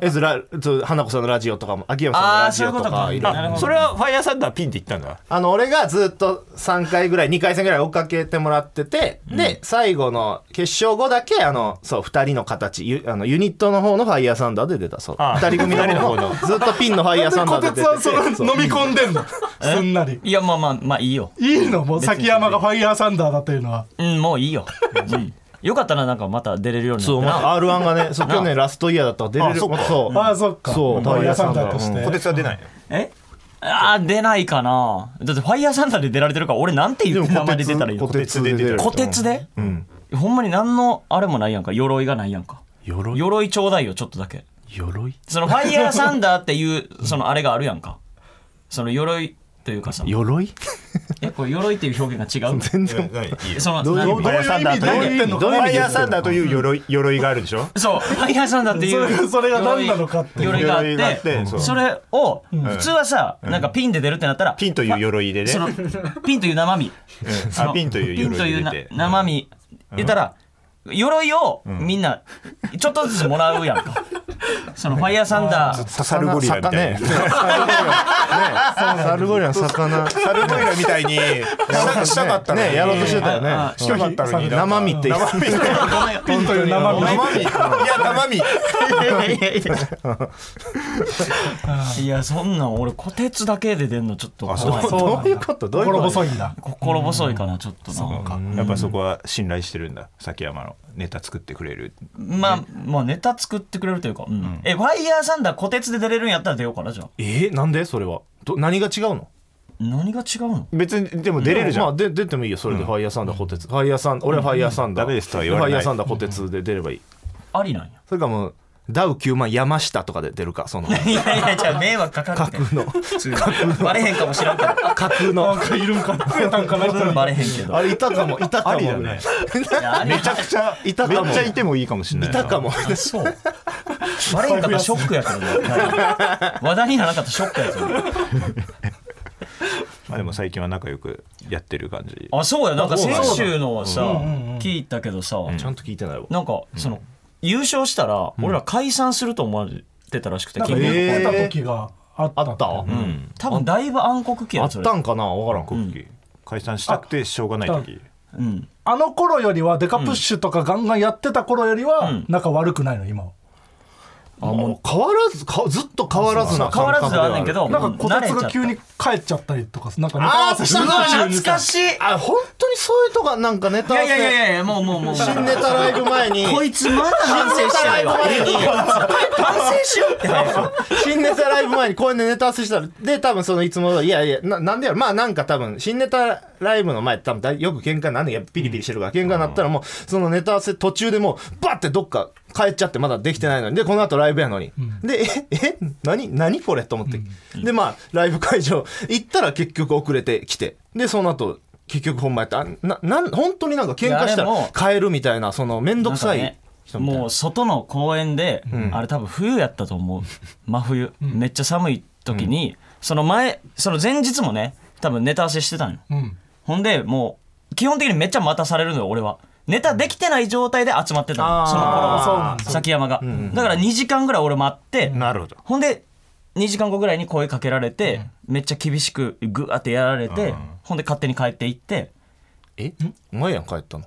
C: えずらそう花子さんのラジオとかも秋山さんの
F: あ
C: ラ
F: あそ
C: ジ
F: うい
C: オ
F: うことと
C: か
F: か
C: いろいろ
F: なるほど
E: それはファイヤーサンダーピンって言ったんだ
C: あの俺がずっと3回ぐらい2回戦ぐらい追っかけてもらってて、で最後の決勝後だけあのそう2人の形ゆあのユニットの方のファイヤーサンダーで出たそう2人組の方のずっとピンのファイヤーサンダーで出てて
A: はその
C: そう
A: 飲み込んでんのすんなり
F: いやまあまあまあいいよ
A: いいのもう崎山がファイヤーサンダーだというのは
F: うんもういいよ うんよかったななんかまた出れるように
C: そう、
F: なってな
C: まあ、R1 がね、そう去年ラストイヤーだったから出れる。
E: あそっか
C: そう。
A: ああそっか
C: そう
A: ファイヤーサンダーとして、
E: 小鉄は出ないの
F: えあー出ないかなだってファイヤーサンダーで出られてるから俺なんて言って名前で出たらいいの
C: 小鉄で出てる。
F: 虎鉄で、ほんまに何のあれもないやんか鎧がないやんか
C: 鎧
F: 鎧ちょうだいよちょっとだけ
C: 鎧
F: そのファイヤーサンダーっていう そのあれがあるやんかその鎧というかさ
C: 鎧
F: えこれ鎧っていう表現が違う
C: 全然。
E: ないいいよ
F: その
C: どういう
F: 何
C: どういう
F: サンダーと
C: どういう意味どういう意
E: フ
C: 味
E: ァイヤーサンダーという鎧鎧があるでしょ
F: そうファイヤーサンダーっていう
A: それが何なのかっていう
F: 鎧があって
E: 鎧があってそう
F: それを普通はさ、なんかピンで出るってなったら、
E: ピンという鎧でね
F: そのピンという生身
E: うん
F: その
E: あピンという
F: ピンとい
E: 鎧
F: う
E: で
F: な
E: 出て
F: 生身言ったら鎧をみんなちょっとずつもらうやんかそのファイヤーサンダー
E: ササルゴリラみたいな
C: 魚ねサルゴリラの魚。
E: サルゴリラみたいにしたしたかったのに
C: ね、やろうとしてたよね
F: ああ。
E: したかったのに
C: 生身って言って
E: 身
A: ピ ンという生身
E: 生身いや生身
F: いやいやいやいやそんなん俺虎鉄だけで出んのちょっと怖い
C: どういうことどういう
A: 心
C: こと
A: 細いんだ
F: 心細いかなちょっとな
E: やっぱそこは信頼してるんだ崎山のネタ作ってくれる
F: まあまあネタ作ってくれるというかうんえファイヤーサンダー虎鉄で出れるんやったら出ようかなじゃあ
C: えー、なんでそれは。ど何が違うの
F: 何が違うの
E: 別にでも出れるじゃ
C: まあ、
E: ん
C: で出てもいいよ、それで。ファイヤーサンダー、虎鉄。ファイヤーサンダー、俺はファイヤーサンダー。
E: ダメですとは言われない
C: ファイヤーサンダー、虎鉄で出ればいい。
F: ありなんや
C: それかもう、ダウ9万山下とかで出るか、その。
F: いやいやじゃあ 迷惑かかるって
C: の
F: バレへんかもしらんけど
C: 架空の。
A: いるんか増えたんかな一人
F: バレへんけ ど
C: あれいたかもいたかも
E: ありだ ね
F: いやあれ
E: めちゃくちゃ
C: いたかも
E: めっちゃいてもいいかもしれない
C: い
E: な
C: たかも
F: あそうバレへんかったらショックやけどね話題にならなかったらショックやけどね
E: まあでも最近は仲良くやってる感じ
F: あそうやなんか先週のさ聞いたけどさ
C: ちゃんと聞いてないわ
F: なんかその優勝したら俺ら解散すると思われてたらしくて
A: なんか
F: キングオブ
A: 言ってた時があったんだよね
F: 多分だいぶ暗黒期や
C: あ
F: ん
C: っ
F: そ
C: た
F: れ
C: んかなわからん
E: 国旗解散したくてしょうがない時
F: うん
A: あの頃よりはデカプッシュとかガンガンやってた頃よりは
F: ん
A: 仲悪くないの今は
C: あもう変わらずかずっと変わらずな
F: 変わらずではあんねんけど
A: なんかこたつが急
F: に
A: に帰っちゃったりとかなんかネタ合
C: あ
A: わ
C: ー
A: せして
C: そう
A: る
C: だ
A: 途中に
F: 懐か
A: さ
F: しいい
C: あ本当にそういうとこなんかネタ合
F: や
C: わ
F: いやい
C: せ
F: やいやもうもうもう
C: 新ネタライブ前に
F: こいつまだ反省してないわ
C: 新ネタライブ前に
F: 反省しようって早く
C: 新ネタライブ前に公演でネタ合わせしたら、で、多分そのいつも通り、いやいや、ななんでやろ、まあなんか多分、新ネタライブの前、多分だいよく喧嘩なんで、やっぱピリピリしてるから、喧嘩なったらもう、そのネタ合わせ途中でもう、バッてどっか帰っちゃって、まだできてないのに、で、この後ライブやのに。で、え、え、何何これと思って。で、まあ、ライブ会場行ったら結局遅れてきて、で、その後、結局ほんまやった。あな、なん、本当になんか喧嘩した
F: いや
C: ら変えるみたいな、そのめんどくさ
F: なんか
C: い
F: ね
C: 人みたいな。
F: もう外の公園で、あれ多分冬やったと思う真冬、めっちゃ寒い時に、その前その前日もね多分ネタ合わせしてたのよ、ほんでもう基本的にめっちゃ待たされるのよ俺はネタできてない状態で集まってたのその頃は崎山が、だから2時間ぐらい俺待って、
B: なるほど
F: ほんで2時間後ぐらいに声かけられて、めっちゃ厳しくグワってやられて、ほんで勝手に帰っていって
C: えお前やん帰ったの。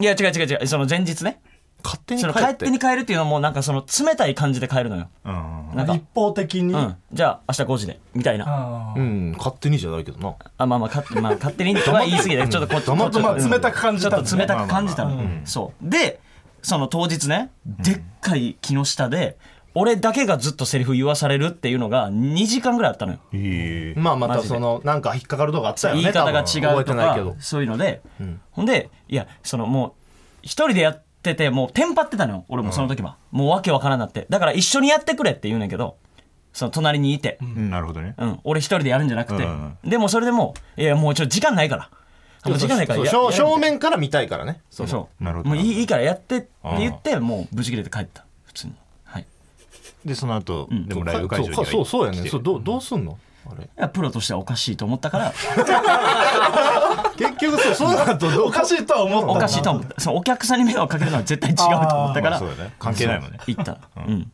F: いや違う違う違うその前日ね
C: 勝手に
F: そ
C: 帰
F: の
C: っ
F: 帰ってて。に帰るっていうのもなんかその冷たい感じで帰るのよ、なん か
A: 一方的に、
F: うん、じゃあ明日5時でみたいな、
A: あ
C: うん、勝手にじゃないけどな。
F: あまあまあ勝手,、まあ、勝手にとは言い過ぎだけどちょっとこっち
C: 黙ってまあ
A: 冷たく感じたんだ
F: ちょっと冷たく感じたの、そうでその当日ねでっかい木の下で、俺だけがずっとセリフ言わされるっていうのが2時間ぐらいあったのよ
C: まあまた
F: マジで
C: そのなんか引っかかるとこあったよ
F: 言
C: ね。
F: い方が
C: 多
F: 違
C: 分
F: う
C: 覚えて
F: と
C: ないけ
F: か
C: ど。
F: そういうので、ほんでいやそのもう一人でやっててもうテンパってたのよ俺もその時は、もうわけわからんなってだから一緒にやってくれって言うねんけどその隣にいて、
B: うんなるほどね
F: うん、俺一人でやるんじゃなくて、
B: うん
F: でもそれでもういやもうちょっと時間ないからもう時間ないか
C: そ
F: ら
C: う
F: や
C: 正
F: やるん
C: 正
F: で
C: 面から見たいからね。
F: そうそう
B: なるほど
F: もういいいいからやってって言ってもうブチ切れて帰った普通にはいい
B: でその後、でもライブ会場に
C: そ
B: は
C: うそうそうや
B: 来
C: ね。
B: て
C: そうどうどうすんの？あ れ。
F: やプロとしてはおかしいと思ったから
C: 結局 そうそうなるとどう
A: おかしいとは思った
F: おかしいと思ったそのお客さんに迷惑かけるのは絶対違うと思ったか
B: まあ
F: ら
B: そうだね関係ないもんね
F: 行った、うん、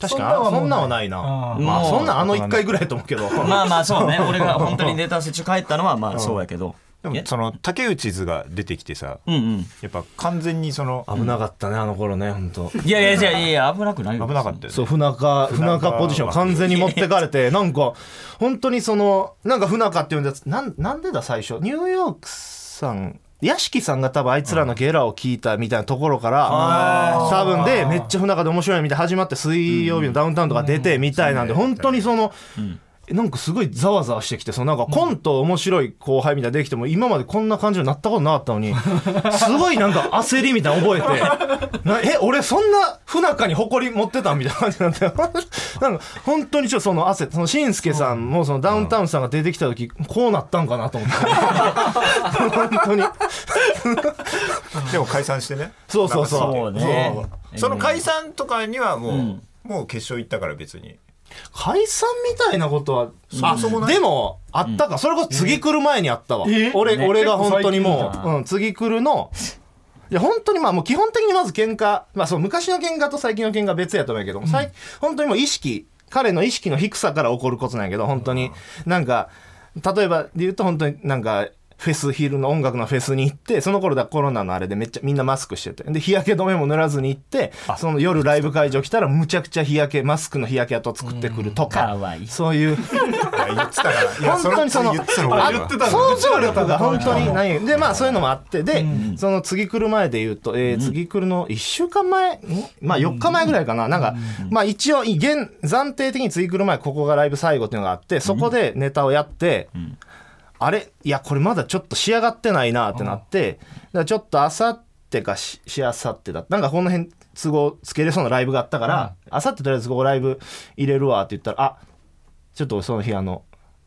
C: 確かにそんなんはないな。まあ
F: もう
C: そんなんあの一回ぐらいやと思うけど。
F: まあまあそうね俺が本当にデータ接中帰ったのはまあそうやけど
B: で
F: え
B: もその竹内図が出てきてさ、
F: うんうん
B: やっぱ完全にその
C: 危なかったねあの頃ね本当。
F: いやいやいやいやいや危なくないよ
B: 危なかったよね
C: そう、船中、船中ポジション完全に持ってかれて、なんか、本当にその、なんか船中って呼んだやつ、なん、なんでだ最初、ニューヨークさん、屋敷さんが多分あいつらのゲラを聞いたみたいなところから、多分で、めっちゃ船中で面白いみたいな始まって、水曜日のダウンタウンとか出てみたいなんで、本当にその、なんかすごいざわざわしてきて、そのなんかコント面白い後輩みたいなできても、今までこんな感じになったことなかったのに、すごいなんか焦りみたいなの覚えて、なえ、俺そんな不仲に誇り持ってたみたいな感じになって、 なんか本当にちょっとその汗、そのしんすけさんもそのダウンタウンさんが出てきた時、こうなったんかなと思って。本当に。
B: でも解散してね
C: そうそうそう
F: そうね
B: その解散とかにはもう、もう決勝行ったから別に
C: 解散みたいなことは、あ
B: そこない
C: でも、あったか、それこそ次来る前にあったわ。
A: え
C: 俺、
F: ね
C: 俺が本当にも
F: 結構最近
C: う、うん、次来るの、いや、本当にまあ、もう基本的にまず喧嘩、まあ、そう、昔の喧嘩と最近の喧嘩は別やと思うけど、最本当にもう意識、彼の意識の低さから起こることなんやけど、本当に、なんか、例えばで言うと本当になんか、フェスヒールの音楽のフェスに行ってその頃だコロナのあれでめっちゃみんなマスクしててで日焼け止めも塗らずに行ってその夜ライブ会場来たらむちゃくちゃ日焼けマスクの日焼け跡作ってくるとか
F: かわいい
C: そうい
B: いや
C: う
B: 言ってたからいや
C: 本当にその
B: 言ってたの俺は
C: 想像力が本当にないでまあそういうのもあってで、その次来る前で言うと、えー次来るの1週間前んまあ4日前ぐらいかななんか、まあ一応現暫定的に次来る前ここがライブ最後っていうのがあってそこでネタをやって、あれいやこれまだちょっと仕上がってないなってなって、だからちょっとあさってかししあさってだったなんかこの辺都合つけれそうなライブがあったからあさってとりあえずここライブ入れるわって言ったらあちょっとその日あの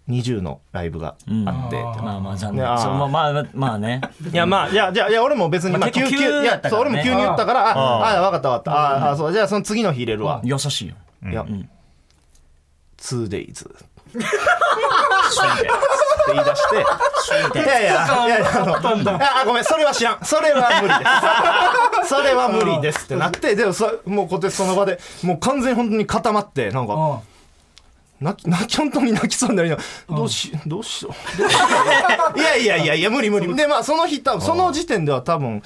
C: 20のライブがあって、
F: まあまあ残
C: ねあ
F: 念
C: ー
F: そうまあまあまあね
C: いやまあいやじゃあいや俺も別に、
F: まあ
C: まあ、
F: 結構急
C: い
F: やったからね
C: そう俺も急に言ったからああ分かった分かったあああそうじゃあその次の日入れるわ、
F: 優しいよ
C: いや、2 days って言い出していやいやいやいやあのいやあごめんそれは知らんそれは無理ですそれは無理ですってなってでもそもうこてその場でもう完全に本当に固まってなんか
A: うん
C: 泣き 泣き本当に泣きそうになりながらどうし、どうしようどうしよう いやいやいやいや無理無理でまあその日多分その時点では多分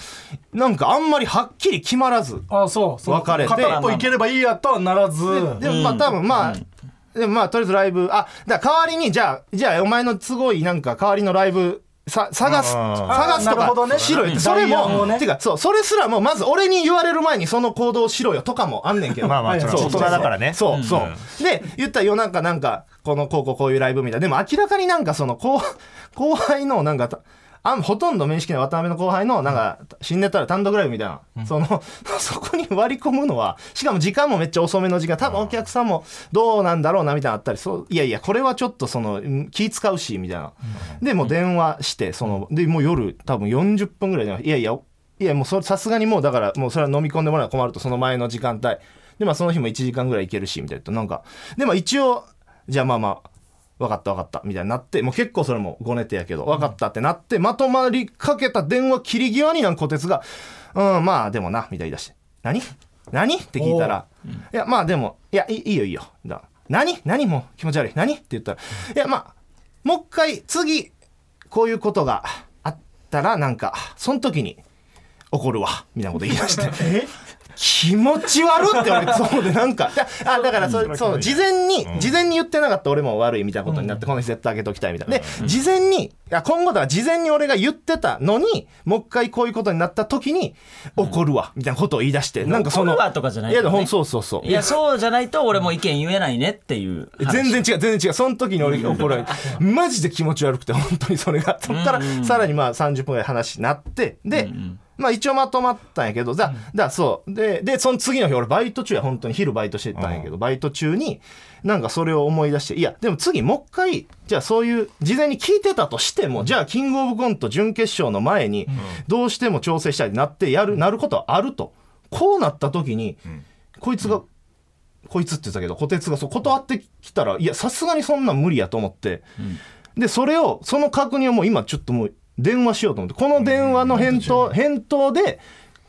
C: なんかあんまりはっきり決まらず
A: あそうそう
C: 別れて
A: 片っぽいければいいやとはならず
C: でもまあ多分まあ、でもまあとりあえずライブあだから代わりにじゃあじゃあお前の都合いいなんか代わりのライブさ探す探すと
A: あーなるほど
C: か
A: ね
C: しろよ、
A: うん
C: それ
A: 代案
C: も、
A: をね
C: てかそうそれすらもまず俺に言われる前にその行動をしろよとかもあんねんけど
E: まあまあそれは
C: そ
E: 大
C: う
E: 人だからね
C: そううんそう、で言ったら夜中なんかこのこうこうこういうライブみたいなでも明らかになんかその後 後輩のなんかたあんほとんど面識ない渡辺の後輩のなんか新ネタら単独ライブみたいな、その そこに割り込むのはしかも時間もめっちゃ遅めの時間多分お客さんもどうなんだろうなみたいなのあったりそういやいやこれはちょっとそのうん気使うしみたいな、でもう電話してそのでもう夜多分40分ぐらいでいやいやいやもうそれさすがにもうだからもうそれは飲み込んでもらうの困るとその前の時間帯でまあその日も1時間ぐらいいけるしみたいなとなんかでも一応じゃあまあまあ分かった分かったみたいになってもう結構それもごねてやけど分かったってなってまとまりかけた電話切り際になんかこてつが「うんまあでもな」みたいに言い出して「何何?」って聞いたら「いやまあでもいやいいいよいいよ」だ何何もう気持ち悪い何?」って言ったら「いやまあもう一回次こういうことがあったらなんかその時に怒るわみたいなこと言い出して気持ち悪って俺そうでなんかだあだからそそう事前に、事前に言ってなかった俺も悪いみたいなことになって、この日絶対あげときたいみたいなで、事前にいや今後だから事前に俺が言ってたのにもう一回こういうことになった時に怒るわみたいなことを言い出して、なんかその
F: 怒るわとかじゃない
C: い
F: け
C: や
F: どね
C: ほんそうそうそう
F: いやそうじゃないと俺も意見言えないねっていう話
C: 全然違う全然違うその時に俺が怒られてマジで気持ち悪くて本当にそれがそっからさらにまあ30分ぐらい話になってで、まあ一応まとまったんやけどだだからそうででその次の日俺バイト中や本当に昼バイトしてたんやけど、バイト中になんかそれを思い出していやでも次もう一回じゃあそういう事前に聞いてたとしても、じゃあキングオブコント準決勝の前にどうしても調整したいなってやる、なることはあるとこうなった時に、こいつが、こいつって言ってたけど、こてつがそう断ってきたら、いや、さすがにそんなん無理やと思って、で、それを、その確認をもう今ちょっともう電話しようと思って、この電話の返答、返答で、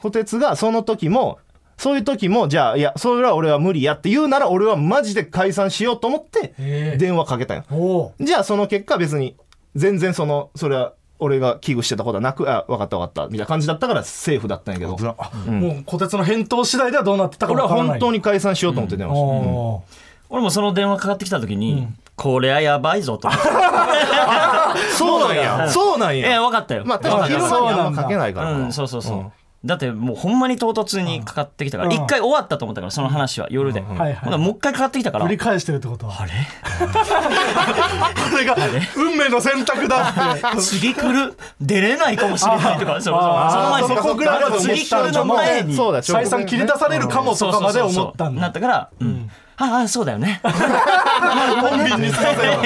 C: こてつがその時も、そういう時も、じゃあ、いや、それは俺は無理やって言うなら、俺はマジで解散しようと思って、電話かけたんよ。
A: おう
C: じゃあその結果別に全然そのそれは俺が危惧してたことはなくあ分かった分かったみたいな感じだったからセーフだったんやけど
E: 危なあ
A: もうこてつの返答次第ではどうなってたか
C: 俺は
A: わからな
C: 本
A: い
C: 当に解散しようと思って電話した、
A: おう
F: 俺もその電話かかってきた時に、これはやばい ぞと思って
C: そうなんやそうなん
F: いや
C: や
F: 分かったよ、
C: まあ確かに昼間にあんまかけないから
F: う、
C: なん
F: そうそうそう、だってもうほんまに唐突にかかってきたから一、回終わったと思ったからその話は夜で、
A: はいはい
F: ほんならもう一回かかってきたから
A: 繰り返してるってことは
F: あれ
C: これが運命の選択 だって
F: 次来る出れないかもしれないとかそうそう
A: あー
F: その前に
A: そこぐらいまで思ったんだ
F: 次来るの前に
C: そうだ
A: 採算切り出されるかもとかまで思ったん
F: な
A: だ
F: ったから、うん、ああそうだ よね
C: コンビニにさせよ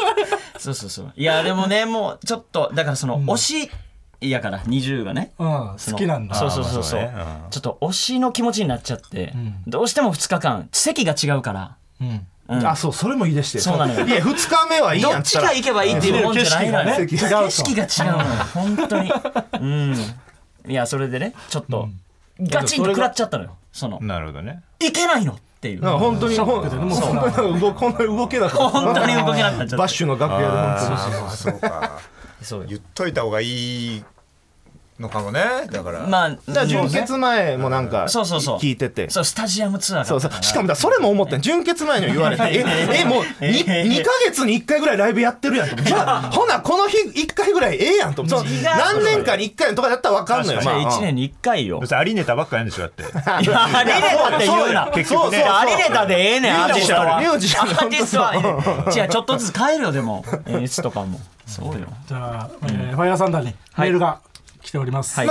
F: そうそうそういやでもねもうちょっとだからその推しやから20がね
A: うん好
F: その
A: きなんだ
F: そうそうそうそう、
E: まあそうね
F: ちょっと推しの気持ちになっちゃって、どうしても2日間席が違うから、うん
C: あそうそれもいいでして
F: そうなのよ
C: いや2日目はいい
F: ど
C: や
F: っ
C: ん
F: ちが行けばいいっていうもんじゃないのよ、
C: そう
F: 景
C: 景
F: 色
C: 色
F: が
C: が
F: 違
C: ね
F: うのよ本当にうんいやそれでねちょっとガチンと食らっちゃったのよその
E: なるほどね
F: いけないのっていう
C: なんか
F: 本
C: 本当にほん本当に動 こんな動けなかった
F: 当に動けなくなっちゃ
C: バ
F: っ
C: ッシュの楽屋で本当に
E: ああそうか
F: た そうよ
E: 言っといた方がいいのかもねだから
F: まあ
C: だから
F: も
C: 純
F: うね
C: 潔前もなんか
F: そうそうそう
C: 聞いてて
F: そうスタジアムツアー
C: そうそうしかもだそれも思ってん純潔前にも言われてええもう 2, ヶ月に1回ぐらいライブやってるやんと思ってじゃあほなこの日1回ぐらいええやんと思って
F: 違う
C: 何年かに1回とかだったら分かんのよ
E: 確
F: じゃ
C: まあ
F: 1年に1回よ
E: 別にありネタばっかやんでしょだって
F: いやありネタって言うな
E: 結局ね
F: そうありネタでええねんアーティストはア
C: ミュージシャルミュージシャル
F: ーティストはええ違うちょっとずつ変えるよでも演出とかもそうよ
A: じゃあえーファイヤーサンダーにメールが来ております
F: はい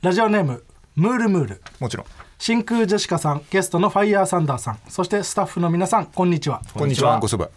A: ラジオネームムールムール
E: もちろん
A: 真空ジェシカさんゲストのファイヤーサンダーさんそしてスタッフの皆さんこんにちは
E: こんにちはあんこそば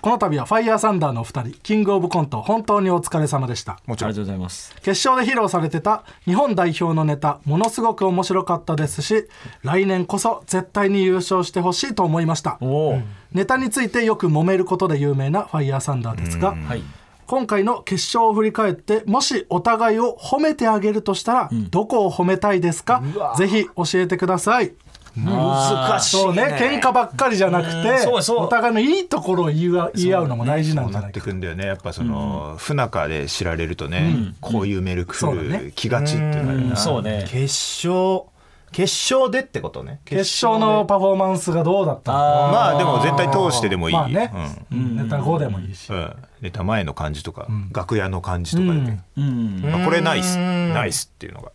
A: この度はファイヤーサンダーのお二人キングオブコント本当にお疲れ様でした
E: もち
F: あ
E: ろ
F: りが
E: ん
F: とうございます
A: 決勝で披露されてた日本代表のネタものすごく面白かったですし来年こそ絶対に優勝してほしいと思いました
F: おお
A: ネタについてよく揉めることで有名なファイヤーサンダーですが
F: はい
A: 今回の決勝を振り返ってもしお互いを褒めてあげるとしたら、どこを褒めたいですかぜひ教えてください
B: 難しい
A: そうね喧嘩ばっかりじゃなくて
F: そうそう
A: お互いのいいところを言い合言い合うのも大事なんじゃ
E: な
A: な
E: っ
A: い
E: て
A: か
E: くんだよねやっぱその不仲で知られるとねこういうメール
A: そうだ
E: 来
A: ね
E: る気がちっていうのはある
F: うん
E: な
F: そうね
C: 決勝決勝でってことね
A: 決勝のパフォーマンスがどうだったのか
E: まあでも絶対通してでもいい
A: まあね
E: うん、
A: ネタ5でもいいし
E: うん、ネタ前の感じとか、楽屋の感じとかで、
F: うん
E: あこれナイスナイスっていうのが、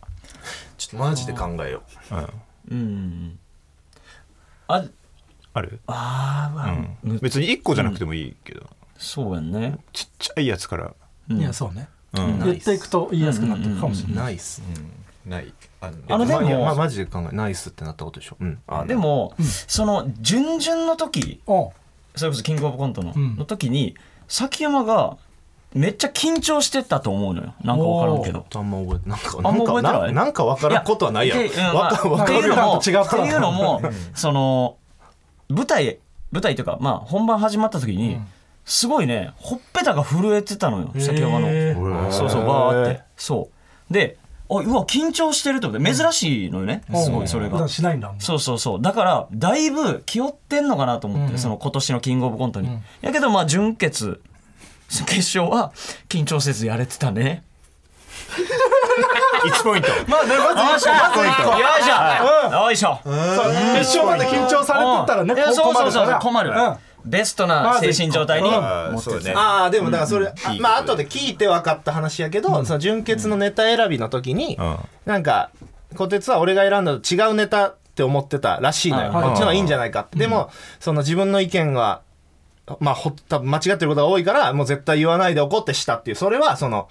C: ちょっとマジで考えよ
E: うん、
F: うんあ
E: ある、
F: あー、まあ
E: うん、別に1個じゃなくてもいいけど、
F: そうやんね
E: ちっちゃいやつから、
A: いやそうね
E: うん
A: 言っていくと言いやすくなっていくかもしれ
C: う
A: ない
C: ナイス、
E: ないあの
F: あのでも
C: いやまあマジで考えナイスってなったことでしょ、うん、あ
F: でも、その準々の時
A: おう
F: それこそキングオブコントの,、
A: ん
F: の時に崎山がめっちゃ緊張してたと思うのよなんか分からんけど
C: あんま覚えてなんか
F: あんま覚え
C: な
F: てなんい
C: かななんか分からんことはないやろ
F: いやうん
C: わか
F: まあ
C: わか
F: っていう
C: る
F: の
C: よ
F: も
A: 普段
F: っ
A: と
F: て
A: 違う
F: いうのもその舞台舞台というかまあ本番始まった時に、すごいねほっぺたが震えてたのよ崎山の、そうそうバーってそうであうわ緊張してると思って珍しいのよね、すごいそれ
A: 普
F: が
A: 段しないんだもん
F: そうそうそうだからだいぶ気負ってんのかなと思って、その今年の「キングオブコントに」やけどまあ準決決勝は緊張せずやれてたね
E: 1ポイント
F: まあねまずよいしょよいしょよいし
A: 決
F: ょ
A: 勝まで緊張されてたらね
F: うんいやそう
A: 困
F: そ
A: る
F: うそう
A: から
F: 困る、ベストな精神状態に、
E: あーそうね
C: ああでもだからそれ、あ
E: いいこと
C: まあ後で聞いて分かった話やけど、その純潔のネタ選びの時に、
E: ん
C: なんか虎鉄は俺が選んだと違うネタって思ってたらしいのよ、
F: はい
C: こっちのがいいんじゃないかって、でもその自分の意見がまあほ多分間違ってることが多いからもう絶対言わないで怒ってしたっていうそれはその、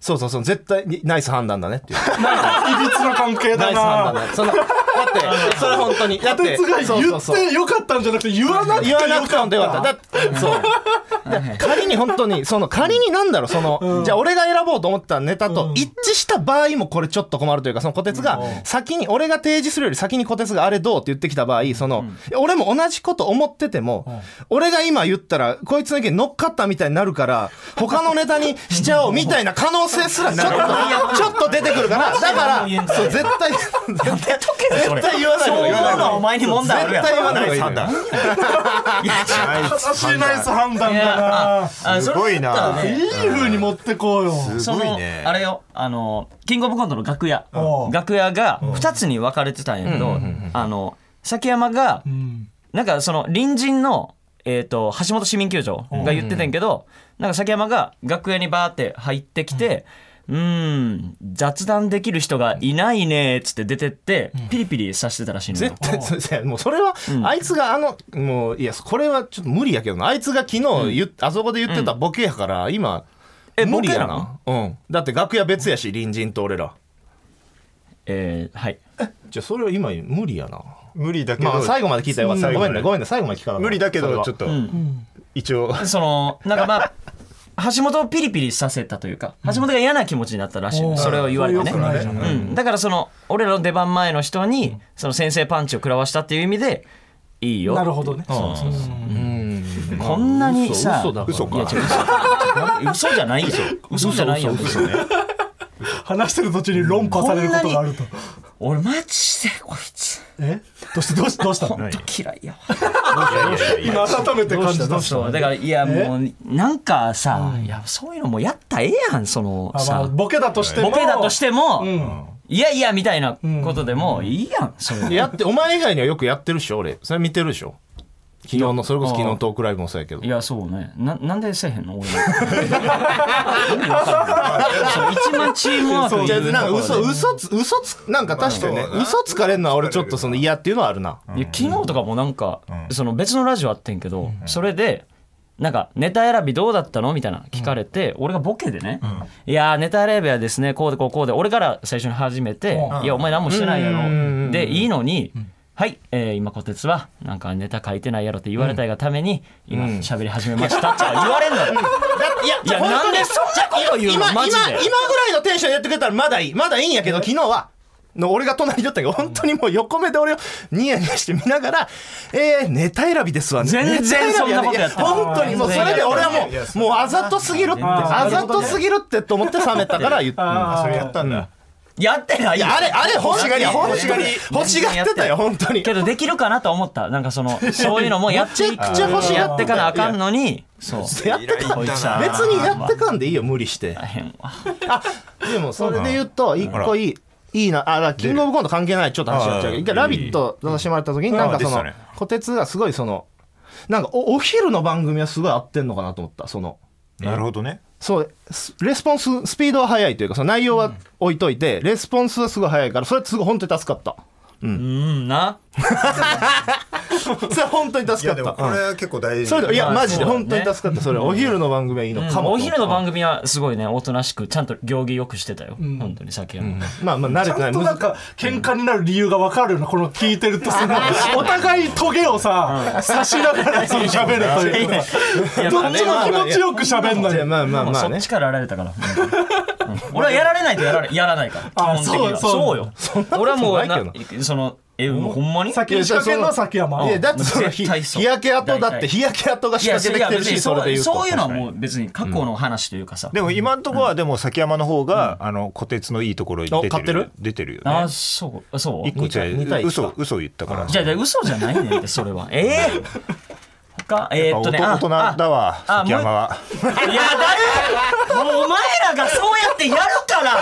C: そうそうそう絶対にナイス判断だねって いう
A: いびつな関係
C: ナ
A: だ
C: イス判断
A: な
C: だねそのだ ってそれ本当にだっ
A: こて
C: て
A: つが言ってよかったんじゃなくて言わなくて
C: 言
A: よ
C: わなくて
A: か
C: も
A: っ
C: よ
A: た
C: かっただってそうで仮に本当にその仮になんだろうその、じゃあ俺が選ぼうと思ったネタと一致した場合もこれちょっと困るというかその小鉄が先に俺が提示するより先に小鉄があれどうって言ってきた場合その、俺も同じこと思ってても、俺が今言ったらこいつの意見乗っかったみたいになるから他のネタにしちゃおうみたいな可能性すらちょっとちょっと出てくるからだからそう絶対絶対絶対言わない
F: そう
C: 方がいい
F: 思うのはお前に問題あるや
C: 絶
F: ん
C: 対言わない方
E: ナ
C: が
E: イ
C: い
E: ス
C: い
E: 判断
A: 正しいナイス判断だな
F: あ
E: すごいな
F: それだったら
A: い
F: ね
A: い風に持ってこうよ
E: す
F: そ
E: ごい
F: の
E: ね
F: あれよあのキングオブコントの楽屋
A: うん
F: 楽屋が2つに分かれてたんやけどあの崎山が
A: うん
F: なんかその隣人のえー、と橋本市民球場が言ってたんやけど、なんか崎山が楽屋にバーって入ってきて「うんん雑談できる人がいないね」っつって出てって、ピリピリさせてたらしいのよ
C: 絶対そうですねもうそれは、あいつがあのもういやこれはちょっと無理やけどなあいつが昨日言っ、あそこで言ってたボケやから今、
F: え
C: 無理や
F: ボ
C: なうんだって楽屋別やし隣人と俺ら
F: えーはい
C: じゃあそれは今無理やな
E: 無理だけど、
C: まあ最後まで聞いたらよかったごめんねごめんね最後まで聞かなかった
E: 無理だけ
C: それ
E: ど
C: は
E: ちょっと、一応
F: そのなんかまあ橋本をピリピリさせたというか橋本が嫌な気持ちになったらしいの、
A: うん
F: それを言われてね
A: それ良くないじゃん
F: うん、だからその俺らの出番前の人に、その先制パンチを食らわしたっていう意味でいいよ
A: なるほどね
F: そうそうそう
C: うん
F: こんなにさ
C: 嘘嘘だから
F: いや違う嘘嘘じゃないよ嘘じゃないよ
A: 話してる途中に論破されることがあると
F: 俺マジでこいつ
A: えどうしてどうしてどうした
F: 本当嫌いやわ
A: 今改めて感じた
F: そうだからいやもうなんかさ、いやそういうのもうやったらええやんその
A: あまあ
F: さ
A: ボケだとしても
F: ボケだとしても、
A: うん
F: いやいやみたいなことでもいいやん、それは
C: やってお前以外にはよくやってるっしょ俺それ見てるでしょ昨日のそれこそ昨日のトークライブもそうやけど
F: いやそうねななんでせえへんの俺意味わからんそう一番チームワーク
C: じゃあ
F: いる
C: なんか
F: ところ
C: 嘘
F: で
C: 嘘つ嘘つなんか確かにね嘘つかれるのは俺ちょっとその嫌っていうのはあるない
F: や昨日とかもなんか、その別のラジオあってんけど、それでなんかネタ選びどうだったのみたいな聞かれて、俺がボケでね、いやーネタ選びはですねこうでこうこうで俺から最初に始めて、いやお前何もしてないやろでいいのに、はい、えー今こてつはなんかネタ書いてないやろって言われたいがために、今喋り始めましたって言われん のよ、
C: いや
F: いやなんでそんなこと言うの
C: 今今
F: マ
C: 今
F: ジ
C: ぐら
F: で
C: いのテンションでやってくれたらまだいいまだいいんやけど昨日はの俺が隣だったけど本当にもう横目で俺をニヤニヤして見ながら「えー、ネタ選びですわね」
F: 全然そんなことやった
C: ネタ選びねい本当にもうそれで俺はもうもうあざとすぎるってあざとすぎるってと思って冷めたから言っ
A: あ
C: た
A: ー
E: それやったんだ、
F: やってない
C: い
F: よ
C: やあれあれ欲しがり
F: やってない
C: 欲しがり欲しがってたよ本当に
F: けどできるかなと思ったなんかそのそういうのもやってい
C: めちゃくちゃ欲しがってた
F: やってかなあかんのにそう
C: やってかん
F: こいつら
C: 別にやってかんでいいよ無理して
F: 大変わ
C: あでもそれで言うと一個いいいいなあだからキングオブコント関係ないちょっと話しちゃうけど一回「ラビット!」出させてもらった時になんかそ
E: あ出
C: の
E: てたね
C: 虎鉄がすごいそのなんかおお昼の番組はすごい合ってんのかなと思ったその
E: なるほどね
C: そうスレスポンススピードは速いというかその内容は置いといて、レスポンスはすごい速いからそれはすごい本当に助かった
F: うんな
C: それは本当に助かった
E: これは結構大
C: それでいや
F: まあ
C: マジで
F: そうだ
C: 本
F: ね
C: 当に助かったそれお昼の番組はいいのかもと思った、
F: お昼の番組はすごいねおとなしくちゃんと行儀よくしてたよ、本当に酒も、
C: まあまあ慣
A: ち
C: れてな
A: ゃ
C: い
A: んとなんか喧嘩になる理由が分かるようなこの聞いてるとそのお互いトゲをさ差しながらその喋るというか
F: や
A: どっちも気持ちよく喋んないい
C: やまあまあまあ
F: そ
C: ね
F: っちからやられたから、うん俺はやられないとやられやらないから
A: あ
F: 基本的には
A: そうそう
F: よ
C: こと
F: 俺はもう
C: ない
F: な
C: けど
F: そのえもうほんまに
A: 先に仕掛けるのは崎山
C: いやだってその
F: 絶
C: 日
F: 対そう
C: 日焼け跡だっ
F: 大
C: て
F: 体
C: 日焼け跡が仕掛けてきてる
F: いや
C: し
F: そ
C: そ
F: れ
C: れで言うと
F: は別にそういうのはもう別に過去の話というかさ、
E: でも今のところはでも崎山の方が、あの虎鉄のいいところに出てる
C: あ買ってる
E: 出てるよ
F: あ
E: ね
F: そうあそう
E: 一個違
C: 似た
E: う
C: 似た
E: 嘘嘘言ったから
F: じゃあじゃあ嘘じゃないね んってそれはええ他えー、っとね
E: やっぱ大人大人だわ
F: ああ
E: 崎山は
F: あいやだるいもうお前らがそうやってやるから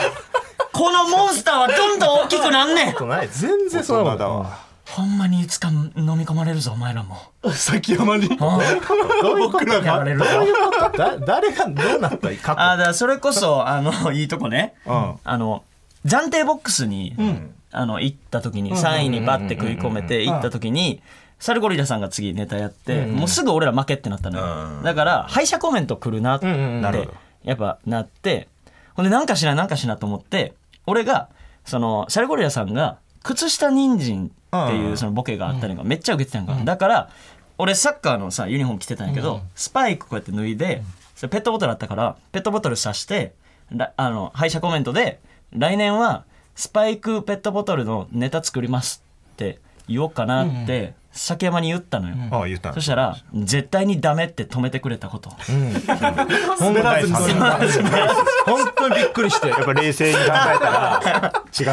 F: このモンスターはどんどん大きくなんねん
C: ことない全然そ
E: 大
C: んな
E: 人
C: こ
E: だ
C: と
E: わ
F: ほんまにいつか飲み込まれるぞお前らも
A: 崎山に
F: うん
C: どういうこと
F: やられるぞ
C: だ誰がどうなった過去
F: あだからそれこそあのいいとこね、あの暫定ボックスに、あの行った時に3位にバッて食い込めて行った時に、サルゴリラさんが次ネタやって、もうすぐ俺ら負けってなったのよ、だから敗者コメント来るなって、やっぱなってほんでなんかしななんかしなと思って俺がそのサルゴリラさんが靴下人参っていうそのボケがあったりがめっちゃ受けてたんか、だから俺サッカーのさユニフォーム着てたんやけど、スパイクこうやって脱いで、それペットボトルあったからペットボトル刺してらあの敗者コメントで「来年はスパイクペットボトルのネタ作ります」って言おうかなって崎山に言ったのよ、
E: ああ言った
F: そしたら「絶対にダメ」って止めてくれたこと
C: 本当に
E: 本当にびっくりしてやっぱ冷静に考えたら違っ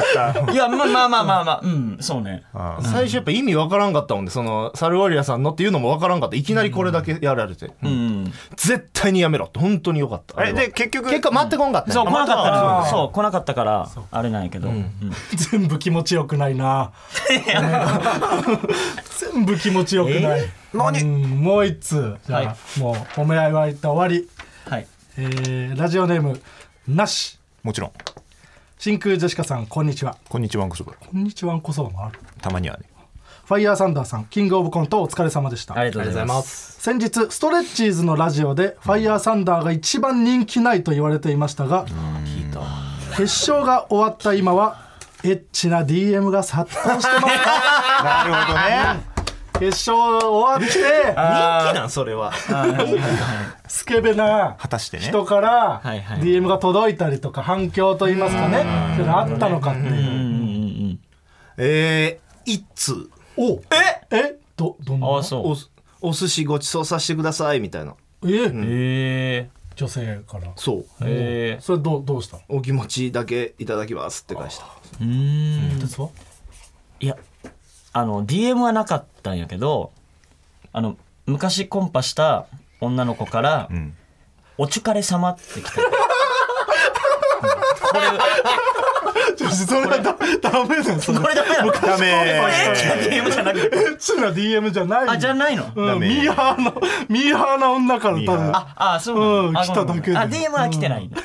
E: た
F: いやまあまあまあまあまあうんそうね
C: 最初やっぱ意味わからんかったもんでそのサルゴリラさんのっていうのもわからんかったいきなりこれだけやられて
F: うん
C: 絶対にやめろって本当によかったあれ
E: え
C: は
E: で結局
C: 結果待ってこんかった
F: そう来
C: よ
F: なかったのそう来なかったからあれなんやけど、うん
A: 全部気持ちよくないな 全部気持ちよくない何もう一通じゃあ、
F: は
A: もう褒め合いは一旦終わり、
F: はい
A: えーラジオネームなし
E: もちろん
A: 真空ジェシカさんこんにちは
E: こんにちはんこそば
A: こんにちはんこそばもある
E: たまにはね
A: ファイヤーサンダーさんキングオブコントお疲れ様でした
F: ありがとうございます
C: す
A: 先日ストレッチーズのラジオでファイヤーサンダーが一番人気ないと言われていましたが決勝が終わった今はエッチな DM が殺到してます
E: なるほどね
A: 決勝終わって
C: 人気なんそれは
A: スケベな
E: 果たしてね
A: 人から
F: はいはい
A: DM が届いたりとか反響といいますかねそういうのあったのかっていう
C: えー一通
A: おええどどんな
F: ああそう
C: おお寿司ごちそうさせてくださいみたいな
A: え
F: へえ
A: 女性から
C: そう
F: へえ
A: それどうどうしたの
C: お気持ちだけいただきますって返した
F: うん
A: 鉄はい
F: やあの DM はなかったんやけどあの昔コンパした女の子から「おちゅかれ様」って来た
A: それはダダメだよそれ
F: これダメだろこ
E: ダ
F: れエッ
E: メ
F: チな DM じゃなくて
A: エッチな DM じゃない
F: あじゃないの
A: うん
E: ダメ
A: ミーハーのミーハーな女から多
E: ミーハ
A: 分
E: ー
A: あ
F: ああそう
A: う
F: なんのあ
A: 来ただけで
F: ごめんごめんあ DM は来てないんだ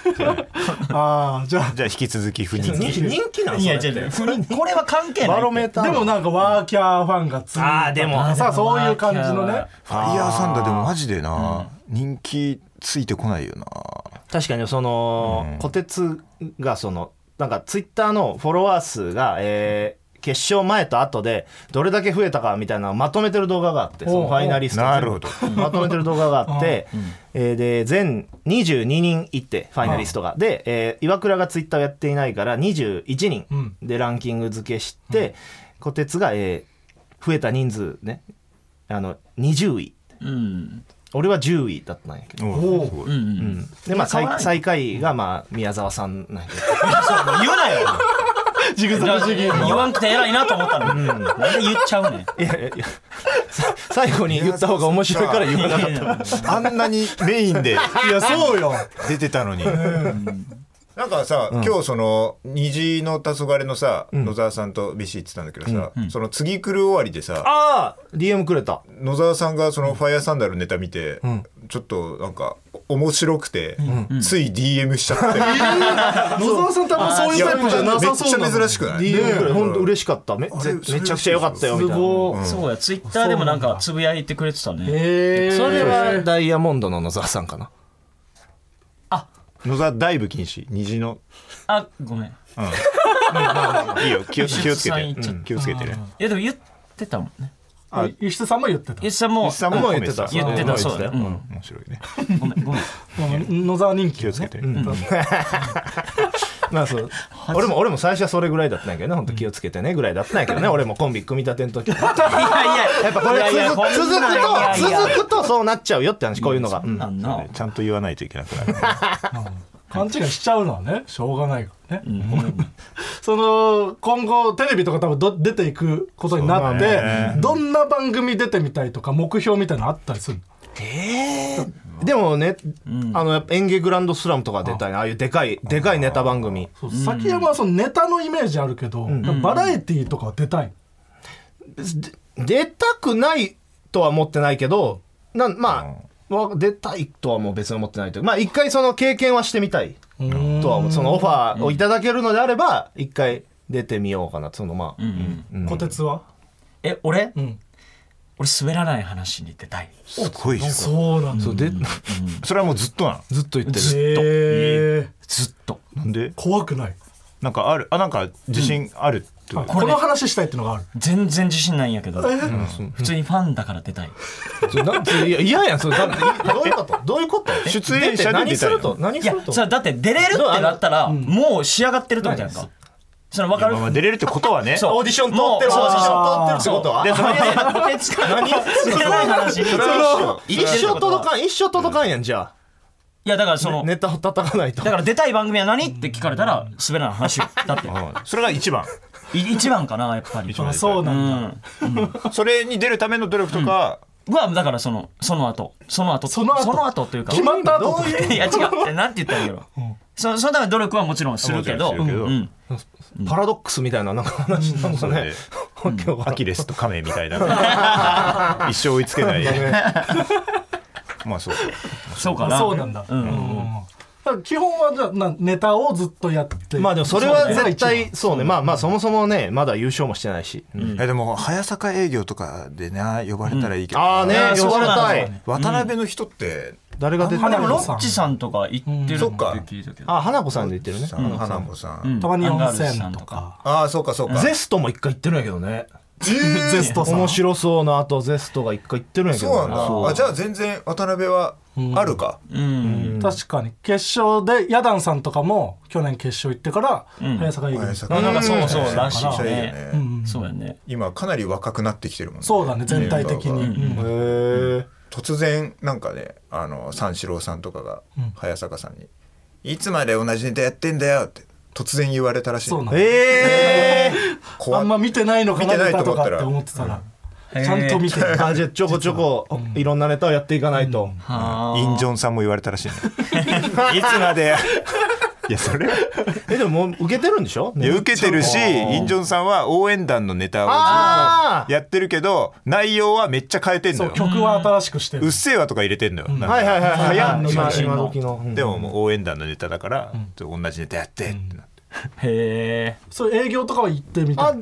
A: あーじゃあ
E: じゃあ引き続き不人気
C: 人気なん
F: い
C: そ
F: や
C: れ
F: 違う違うそれこれは関係ない
C: バロメーター
A: でもなんかワーキャーファンがつい
C: あーでも
A: さあそういう感じのね
E: ファイヤーサンダーでもマジでな、人気ついてこないよな
C: 確かにその虎鉄がそのなんかツイッターのフォロワー数が、えー決勝前と後でどれだけ増えたかみたいなのをまとめてる動画があってそのファイナリスト
E: なるほど
C: まとめてる動画があ って、えーで全22人いってファイナリストが、で、えー、岩倉がツイッターをやっていないから21人でランキング付けして、虎鉄が、えー増えた人数ねあの20位
F: うん
C: 俺は10位だったんやけど、
E: おおすごい
F: うんうん
C: でまあ
F: 変わら
C: 最最
F: ん
C: 下位がまあ宮沢さんなんやけど
F: そう言うなよ
A: ジグザグジギーの
F: 言わんくて偉いなと思ったのに、なんで言っちゃうねん
C: いやいやいやさ最後に言った方が面白いから言わなかった
B: あんなにメイン で
A: いやそうよ
B: 出てたのに。なんかさ、今日その「虹の黄昏のさ、野沢さんと飯行ってたんだけどさ、その次来る終わりでさ
C: ああ DM くれた
B: 野沢さんがその「ファイヤーサンダル」のネタ見て、ちょっとなんか面白くて、つい DM しちゃ って、
A: 野沢さん多分そういうタイプじゃなさそ
B: め
A: うな
B: っちゃ珍しくない
C: DM くれた本当嬉しかっためぜめちゃくちゃ良かったよみたいな
A: ごい
F: そうやツイッターでもなんかつぶやいてくれてたね
A: えー
C: それはダイヤモンドの野沢さんかな
B: 野沢ダイブ禁止虹の
F: あごめんい
B: いいよ 気を気をつけ
F: さ
B: て、
F: ん行っちゃ
B: う
F: った
B: ん気をつけてね
F: やでも言ってたもんね
A: あ輸出さんも言ってた
F: イさんも
B: 一さんも言ってた
F: 言ってたそうだよ、う
B: うん
F: ん、
B: 面白いね
F: ごめんごめん
A: うん野沢人気
B: 気をつけて、
C: まあそう俺も俺も最初はそれぐらいだったんやけどね本当気をつけてねぐらいだったんやけどね俺もコンビ組み立ての時は
F: いやいややっぱ
C: これ
F: いやいや
C: 続
F: こんな
C: く続く
F: いやいや
C: と続くとそうなっちゃうよって話こういうのがうん
F: なんな
B: ちゃんと言わないといけなくなる、ね、
A: 勘違いしちゃうのはねしょうがないからね、 その今後テレビとか多分ど出ていくことになっ
B: そう
A: て、
B: だね
A: どんな番組出てみたいとか目標みたいなのあったりするの
C: でもね、あのやっぱ演芸グランドスラムとか出たいなああいうでかいでかいネタ番組
A: そう崎山はそのネタのイメージあるけど、バラエティーとかは出たい、
C: 出たくないとは思ってないけどなんまあ、わ出たいとはもう別に思ってないというまあ一回その経験はしてみたいとは思うそのオファーをいただけるのであれば一回出てみようかなそのまあ、
A: 小鉄は
F: え俺、俺滑らない話に出たい
B: すごいです
A: そうなんだ
C: そうで
B: それはもうずっとなの
C: ずっと言ってる
A: えー、
F: ずっと
B: なんで
A: 怖くない
B: なんかあるあなんか自信あるってこと、
A: この話したいっていうのがある
F: 全然自信ないんやけど、普通にファンだから出たい
C: そうなんついや嫌やんそれだってどういうことどういうこと
B: 出演者に出たいの
C: 何すると何
F: い
C: す
F: や
C: ると
F: それだって出れるってなったらもう仕上がってるってことやんかその分かる
B: まあまあ出れるってことはね
F: そう
C: オーディション通ってるオ
F: もう
C: ーディション通ってるってことは
B: でその
F: 何 滑らない話に
C: それは一生届
F: い
C: かん一生届かんやんじゃ
F: やだからそ
C: あ
F: の
C: ネタを叩かないと
F: だから出たい番組は何って聞かれたら滑らない話よ だって
B: それが一番
F: い一番かなやっぱり
B: 番
A: あそう
F: う
A: なんだ、
F: ん
B: それに出るための努力とか、
F: はだからそのその後その後
A: その後
F: というか
A: 決まった後とか
F: いや違う えなんて言ったらいいのそそのための努力はもちろんするけ
B: も
F: ど
B: ちろんするけど
F: うん
C: パラドックスみたいななんか話なんか
B: それ
C: ね
B: で、
C: わけわか
B: ア
C: らん
B: キレスとカメみたいな 一生追いつけない まあそうそう
F: そうかな
A: そうなんだ、
F: うん
A: だから基本はじゃあなネタをずっとやって
C: まあでもそれは絶
A: そうね
C: 対そうねまあまあそもそもねまだ優勝もしてないし、
B: えでも早坂営業とかでな呼ばれたらいいけど、
C: ああね
F: あー
C: 呼ばれた
F: そうなん
C: い
B: 渡辺の人って、
C: 誰が出て
F: あでも
C: る
F: ロッチさんとか行ってる
B: そっか
F: って聞いたけど
C: あ花子さんで言ってるね
B: さ花子さん、
F: うん
A: たまに
F: アン
A: 温
F: ガールズさ
A: 泉
F: ん
A: とか
B: ああそうかそうか
C: ゼストも一回言ってるんやけどね
A: ゼストさん
C: 面白そうなあとゼストが一回言ってるんやけど
B: そうなんだ
C: そう
B: あじゃあ全然渡辺はあるか、
F: うん
A: 確かに決勝でヤダンさんとかも去年決勝行ってから早坂優
B: 早
A: 秀
B: 坂
F: なんかそうそう
B: うん
F: らしいね
B: めっちゃいいよね
F: そうやね
B: 今かなり若くなってきてるもんね
A: そうだね全体的に
B: メンバーが
A: うん
C: へえ
B: 突然なんかねあの三四郎さんとかが早坂さんに「いつまで同じネタやってんだよ」って突然言われたらしい
A: そうなんだ
C: え
A: あ
B: 怖
A: んま見てないのかな
B: 見てない
A: ネタ
B: と
A: と
B: 思
A: か
B: っ
A: ったて
B: ら
A: 思ってたら
F: うん
A: ちゃんと見てる
C: ー、あじゃあちょこちょこいろんなネタをやっていかないと、
F: は
B: インジョンさんも言われた らしいねいつま でいやそれ
C: えでももう受けてるんでしょ、
B: い
C: ね
B: や受けてるしインジョンさんは応援団のネタをず
C: あ
B: っとやってるけど内容はめっちゃ変えてんの
A: そう
B: よ
A: 曲は新しくして
B: う
A: る
B: っせぇわとか入れてんのよ、なんか
C: はいはいはいはい
A: 早いの
C: 今
A: 最新
C: 今
A: の
C: 時の、うん
B: でももう応援団のネタだから、ちょっと同じネタやってってなって、
F: へえ
A: そう営業とかは行ってみた
C: あ
A: い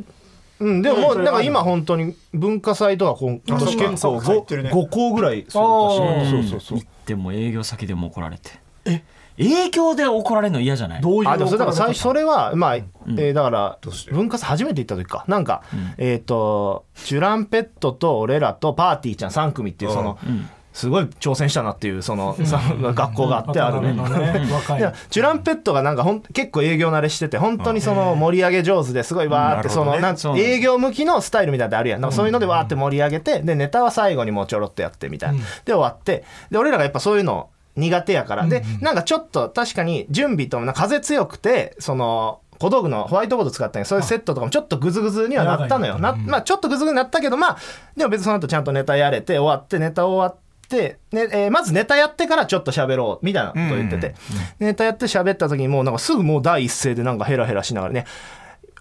C: うんでももうなんか今本当に文化祭とか今今年結構
B: あそうか入ってる
C: 5,
B: ね
C: 五校ぐらいそうだしそうそうそう
F: でも営業先でも怒られてえ営業で怒られるの嫌じゃない
A: どういう
C: あでもそれだから最初それはまあ、えーだから
B: し
C: 文化祭初めて行った時かなんか、えっ、とチュランペットと俺らとパーティーちゃん3組っていうその、すごい挑戦したなっていうその、さ学校があってあるね。
A: 渡辺のね若
C: いや
A: い
C: チュランペットがなんかほん結構営業慣れしてて本当にその盛り上げ上手ですごいわーって
B: うん
C: そ
B: なる
C: の
B: ほどね
C: なん
F: そう
C: 営業向きのスタイルみたいなのあるやんなんかそういうのでわーって盛り上げてでネタは最後にもうちょろっとやってみたいなで終わってで俺らがやっぱそういうの苦手やからでなんかちょっと確かに準備ともなんか風強くてその小道具のホワイトボード使ったんやそういうセットとかもちょっとグズグズにはなったのよな、まあ、ちょっとグズグズになったけどまあでも別にその後ちゃんとネタやれて終わってネタ終わって。ねえーまずネタやってからちょっと喋ろうみたいなこと言ってて、ネタやって喋った時にもうなんかすぐもう第一声でなんかヘラヘラしながらね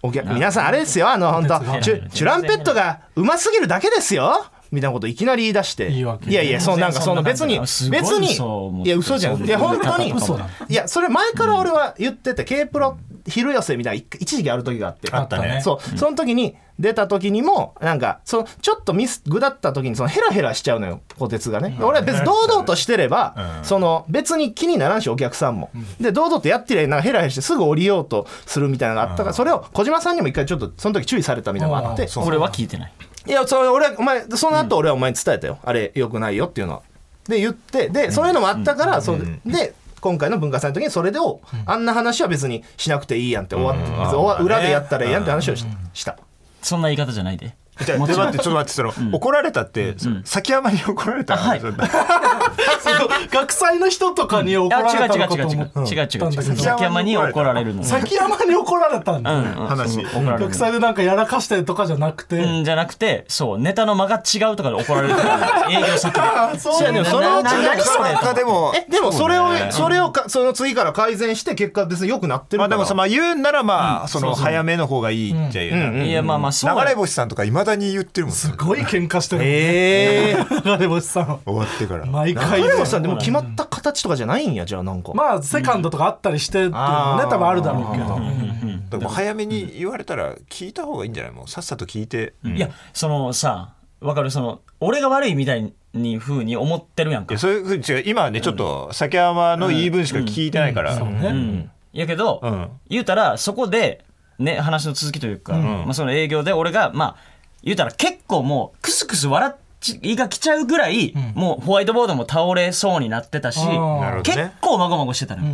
C: お客皆さんあれですよあの本当チュチュランペットがうますぎるだけですよみたいなこといきなり言い出して
A: いいわけ
C: やいやそうなんかその別に
F: 全然そんな
C: 別
F: 感じだ
C: に
F: すごい嘘を持っ
C: い
F: て
C: や嘘じゃんいや本当に
A: 嘘だ
C: いやそれ前から俺は言ってて K プロ昼寄せみたいな一一時期ある時があって
A: あったね
C: そうその時に出た時にもなんかそのちょっとミスぐだった時にそのヘラヘラしちゃうのよ小鉄がね俺は別に堂々としてればその別に気にならんしお客さんもで堂々とやってりゃなんかヘラヘラしてすぐ降りようとするみたいなのがあったからそれを小島さんにも一回ちょっとその時注意されたみたいなのがあって
F: 俺は聞いてない
C: いや、それ俺は、お前、その後俺はお前に伝えたよ。あれ、良くないよっていうのは。で、言って、で、そういうのもあったから、そうで、今回の文化祭の時にそれでを、あんな話は別にしなくていいやんって終わって、別に終わ裏でやったらええやんって話をしした。
F: そんな言い方じゃないで
E: じゃあ、ちょっと待って、ちょっと待って、その、怒られたって、その崎山に怒られたの。
F: はい
E: ちょっと
A: 学祭の人とかに怒
F: あ
A: られ
F: 違う
A: た
F: 違
A: の
F: う
A: か
F: 違
A: と
F: う違
A: 思
F: う
A: ったんだ
F: 違
A: け
F: う違う
A: ど
F: 崎山に怒られるの
A: 崎山に怒られたん
F: うんう
A: だ
F: ん
E: 話
F: そう怒られる
A: 学祭でなんかやらかしたりとかじゃなくて
F: うんじゃなくてそうネタの間が違うとかで怒られるから営業先で
C: そうやねんそのうち
F: な何それ
E: なかなかでも、
C: え、でもそれを、それをか、その次から改善して、結果別に良くなってる
E: まあ
C: から。
E: でもさ、まあ言うならまあ、その、早めの方がいいっちゃいいよね。
F: いやまあまあそう
E: 流れ星さんとかいまだに言ってるもんね
A: すごい喧嘩してる
C: ええ
A: 流れ星さん
E: 終わってから。
A: 毎回
C: でもさ、でも決まった形とかじゃないんや、じゃあなんか。
A: まあセカンドとかあったりしてっていうのね
C: うん
A: 多分あるだろうけど
E: だからもう早めに言われたら聞いた方がいいんじゃないもうさっさと聞いて。
F: いやそのさわかるその俺が悪いみたいにふうに思ってるやん
E: い
F: か
E: やそういうふうに違う今はねちょっと崎山の言い分しか聞いてないから、
F: うんやけど、言うたらそこで、ね、話の続きというか、まあ、その営業で俺が、まあ、言うたら結構もうクスクス笑っいが来ちゃうぐらい、もうホワイトボードも倒れそうになってたし、
A: ー
F: 結構まごまごしてたの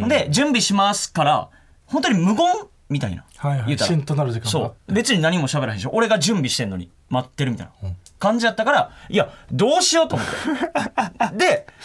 F: よ、で準備しますから本当に無言みたいな、
A: はいはい
F: 言うたら
A: しんとなる時間があっ
F: そう別に何も喋らへんし俺が準備してんのに待ってるみたいな感じやったからいやどうしようと思ってで「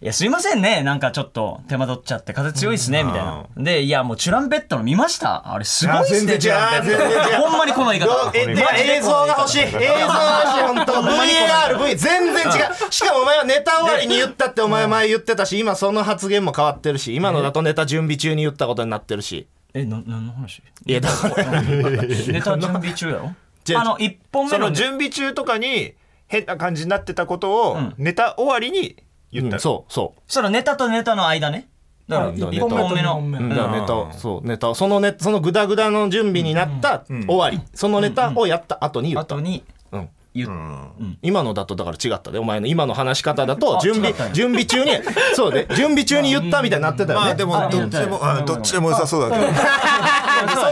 F: いやすいませんねなんかちょっと手間取っちゃって風強いっすね」みたいなで「いやもうチュランペットの見ましたあれすごいっす
C: いや
F: ね
C: 全然
F: チュランペ
C: 全然
F: ッ
C: 違
F: トほんまにこの言い方
C: えで 映像が欲しい映像が欲しい本当 VARV 全然違 うしかもお前はネタ終わりに言ったってお前前言ってたし今その発言も変わってるし今のだとネタ準備中に言ったことになってるし
F: えな何の話
C: いやだ から
F: ネタ準備中やろ
C: 違う
F: あの1本目
E: そ
F: の
E: の準備中とかに変な感じになってたことを
F: ん
E: ネタ終わりに言った、
C: うんそうそ
F: そのネタとネタの間ねだから
C: うん
F: 1本目
A: た
F: の
A: 本目
C: うだからネタをそうネタをそのネそのグダグダの準備になった終わりそのネタをやった後に言った
F: 後に
C: うん
F: 言っ
C: 今のだとだから違ったでお前の今の話し方だと
F: あ
C: 準
F: 違っ
C: 備
F: たんや
C: 準備中にそうで準備中に言ったみたいになってたよね
E: まあでもどっちでもあどっちでも良さそうだけど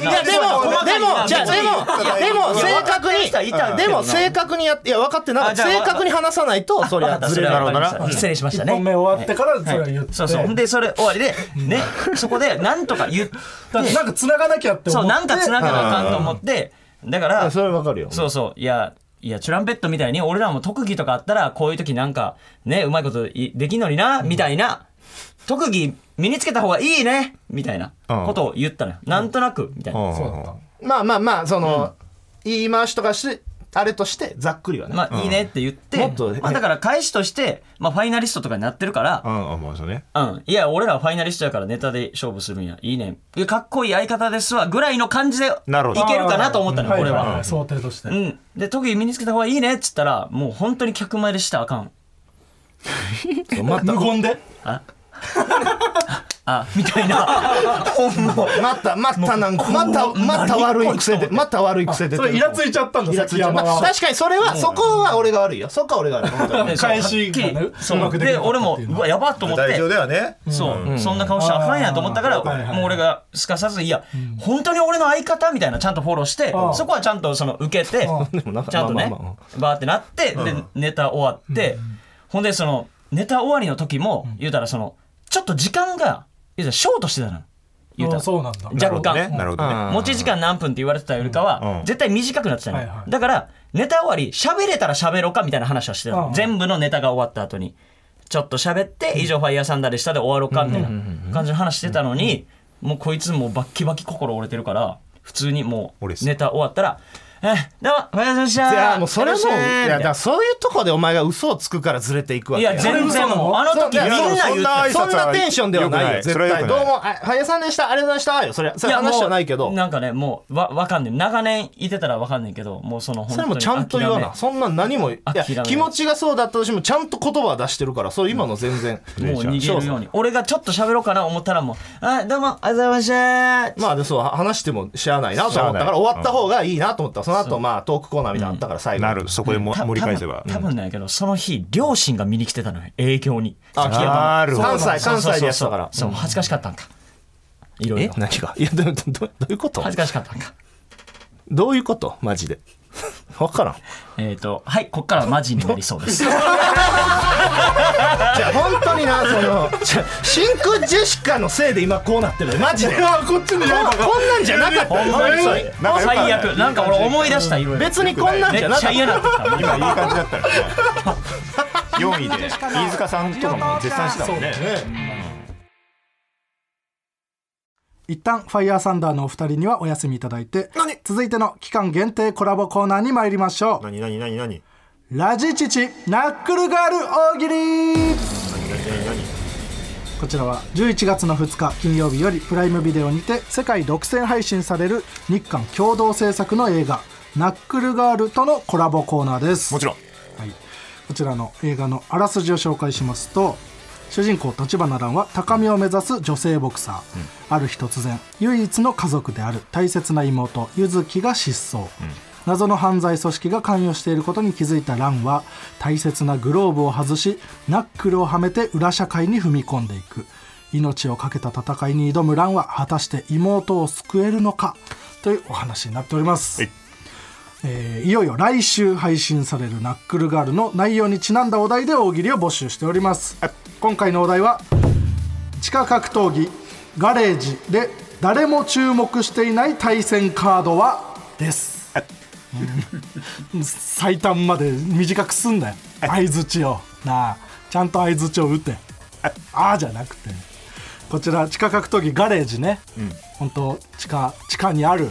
C: いやでもでもじゃあでもでも正確
F: いたいた
C: にでも正確にやっていや分かってなかった正確に話さないとそりゃずれるだろうな
F: な失礼しました
A: 1
F: ね
A: 本目終わってからそれを言って
F: そうそう。で、それ終わりで、ね、そこで、なんとか言っ
A: だって
F: て、
A: なんか繋がなきゃって思
F: そ
A: っ
F: う、
A: て
F: なんか繋がなあかんと思って、だから、
C: それは分かるよ
F: そうそう、いや、いや、チュランペットみたいに、俺らも特技とかあったら、こういう時なんか、ね、うまいこといできんのにな、みたいな、特技身につけた方がいいね、みたいなことを言ったのよ。なんとなく、みたいな。
C: まあまあまあその言い回しとかしてあれとしてざっくりはね
F: まあ、いいねって言って、
C: もっとね
F: まあ、だから、返しとして、まあ、ファイナリストとかになってるから、
E: ああまあそうね
F: うん、いや、俺らはファイナリストやからネタで勝負するんや。いいね。いやかっこいい相方ですわ、ぐらいの感じでいけ
E: なるほど
F: るかなと思ったの、
A: い
F: 俺
A: い
F: は。
A: 想定として
F: うん。で、特技身につけた方がいいねっつったら、もう本当に客前でしたらあかん。
A: 無言で
F: あ、みたいな。ほんま。
C: またまたなんかまたまた悪い癖でまた悪い癖で
A: それイラついちゃったんだ崎山
C: まあ
A: は
C: 確かにそれはそこは俺が悪いよそこは俺が悪い本当に
F: で
A: 返しがね
F: はっきりそう
A: うまくでき
F: で
A: なか
F: 俺
A: ったっ
F: も
A: ていうのは
F: うわやばっと思っ
E: 大
F: て
E: 丈夫ではね
F: そう、そんな顔したらあかんやと思ったから、
A: あーはいはい
F: もう俺がすかさず「いや、本当に俺の相方?」みたいなちゃんとフォローしてそこはちゃんとその受けて
C: もなんか
F: ちゃんとね
C: まあまあま
F: バーってなってでネタ終わって、ほんでそのネタ終わりの時も言うたらそのちょっと時間が言うたらショートしてたの言うた
A: あ
F: ら
A: そうなんだ
E: なる
F: 若
E: ほど
F: 干、
E: ねなるほどね
F: 持ち時間何分って言われてたよりかは、絶対短くなってたのよ、
A: はいはい
F: だからネタ終わり喋れたら喋ろうかみたいな話はしてたの、
A: うん
F: 全部のネタが終わった後にちょっと喋って以上「ファイヤーサンダーでした」で終わろうかみたいな感じの話してたのに、もうこいつもうバッキバキ心折れてるから普通にもう
B: 俺っす
F: ネタ終わったら「えどうもおはようございました」
C: いやもうそれはもうい
F: よろしくね
C: やだからそういうとこでお前が嘘をつくからずれていくわ
F: い
C: けよ
F: や全然もうあの時みんな言ってた
C: そんなテンションではないよ絶
B: それは
C: 対
B: 良く
C: ど
B: な
C: う
B: い
C: もあ林さんでしたありがとうございましたよそれそれ話じゃないけ
F: も
C: ど
F: うなんかねもうわわかんねえ長年いてたらわかんねえけどもうその本
C: そ
F: 当
C: れ
F: に
C: もちゃんと言わなそんな何もいや
F: 諦めない
C: 気持ちがそうだったとしてもちゃんと言葉は出してるからそれ今の全然
F: 諦めもう逃げるように俺がちょっと喋ろうかな思ったらもう「あどうもありがとうございました」
C: まあでそう話してもしゃあないなと思ったから終わった方がいいなと思ったその後まあトークコーナーみたいなのあったから最後
B: なるそこでも
F: た
B: 盛り返せば
F: 多分多分なんやけどその日両親が見に来てたのよ影響に
C: あ来てた
B: なるほど
C: 関西関西でやってたから
F: そう恥ずかしかったんかいろい
C: え
F: ろ
C: 何がいやどどどどういうこと
F: 恥ずかしかったんか
C: どういうことマジで わ からん
F: えっとはいこっからマジになりそうです
C: じゃあ本当になそのじゃあ真空ジェシカのせいで今こうなってるマジで
A: こっちに
C: こんこんなんじゃなかった
F: ほんまにそれ
B: なんかよくある
F: 最悪なんか俺思い出したいろいろ
C: 別にこんなん
F: めっ
C: じゃな
F: ち
C: か
F: ゃ
C: った
F: 嫌なってきた
B: 今いい感じだったよね4位で飯塚さんとかも絶賛してたもんね
A: 一旦ファイヤーサンダーのお二人にはお休みいただいて続いての期間限定コラボコーナーに参りましょう
E: 何何何何
A: ラジチチナックルガール大喜利こちらは11月の2日金曜日よりプライムビデオにて世界独占配信される日韓共同制作の映画「ナックルガール」とのコラボコーナーです
B: もちろん
A: はい、こちらの映画のあらすじを紹介しますと主人公立花蘭は高みを目指す女性ボクサー、ある日突然唯一の家族である大切な妹柚月が失踪、謎の犯罪組織が関与していることに気づいた蘭は大切なグローブを外しナックルをはめて裏社会に踏み込んでいく命を懸けた戦いに挑む蘭は果たして妹を救えるのかというお話になっております、えーいよいよ来週配信されるナックルガールの内容にちなんだお題で大喜利を募集しております今回のお題は地下格闘技ガレージで誰も注目していない対戦カードはですうん最短まで短くすんだよ相づちをなあちゃんと相づちを打てああじゃなくてこちら地下格闘技ガレージね、本当地下地下にある、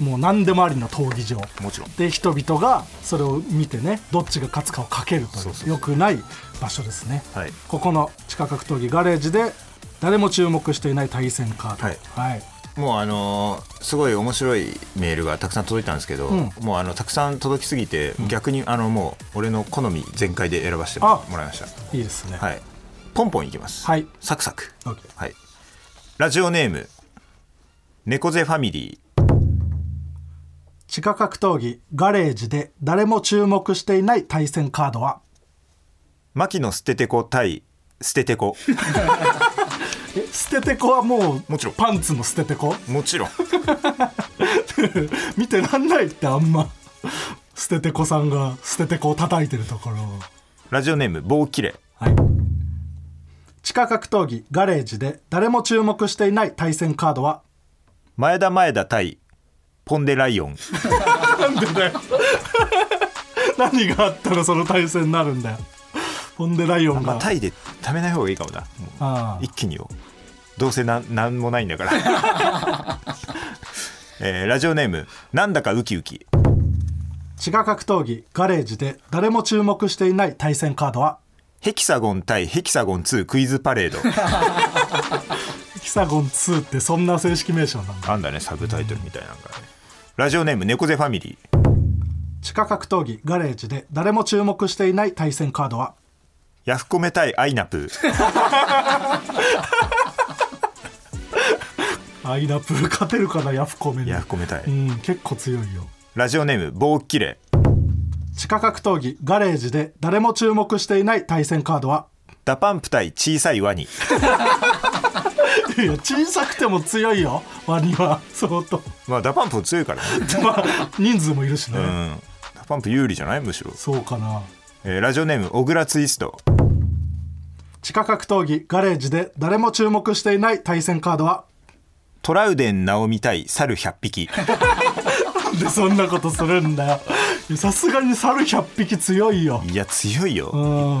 A: もう何でもありの闘技場
B: もちろん
A: で人々がそれを見てねどっちが勝つかをかけるという良くない場所ですね、
B: はい
A: ここの地下格闘技ガレージで誰も注目していない対戦カード
B: はい
A: はい
B: もうあのーすごい面白いメールがたくさん届いたんですけど、もうあのたくさん届きすぎて、逆にあのもう俺の好み全開で選ばせてもらいまし
A: いいですね
B: たはいポンポンいきます、
A: はい
B: サクサク
A: OK
B: はいラジオネーム猫背ファミリ
A: 地下格闘技ガレージで誰も注目していない対戦カードは
B: ー牧野捨ててこ対捨ててこ
A: え捨ててこはもう
B: もちろん
A: パンツの捨ててこ
B: もちろん
A: 見てらんないってあんま捨ててこさんが捨ててこを叩いてるところを
B: ラジオネーム棒切れ
A: はい、地下格闘技ガレージで誰も注目していない対戦カードは
B: 前田前田対ポンデライオン
A: 何があったらその対戦になるんだよポンデライオン
B: まあ
A: が、
B: タイで貯めない方がいいかもなもう
A: ああ
B: 一気によどうせな何もないんだから えーラジオネームなんだかウキウキ
A: 地下格闘技ガレージで誰も注目していない対戦カードは
B: ヘキサゴン対ヘキサゴン2クイズパレード
A: ヒキサゴン2ってそんな正式名称なんだ
B: あんだねサブタイトルみたいなのがねラジオネーム猫背ファミリー
A: 地下格闘技ガレージで誰も注目していない対戦カードは
B: ヤフコメ対アイナプー
A: アイナプー勝てるかなヤフコメに
B: ヤフコメ対
A: うん結構強いよ
B: ラジオネーム棒切れ
A: 地下格闘技ガレージで誰も注目していない対戦カードは
B: ダパンプ対小さいワニ
A: いや小さくても強いよワニは相当
B: まあダパンプも強いからね、
A: まあ人数もいるしね、
B: うん、ダパンプ有利じゃないむしろ、
A: そうかな
B: えーラジオネーム小倉ツイスト
A: 地下格闘技ガレージで誰も注目していない対戦カードは
B: トラウデン直美対猿100匹
A: なんでそんなことするんだよいやさすがに猿100匹強いよ
B: いや強いよ
A: ん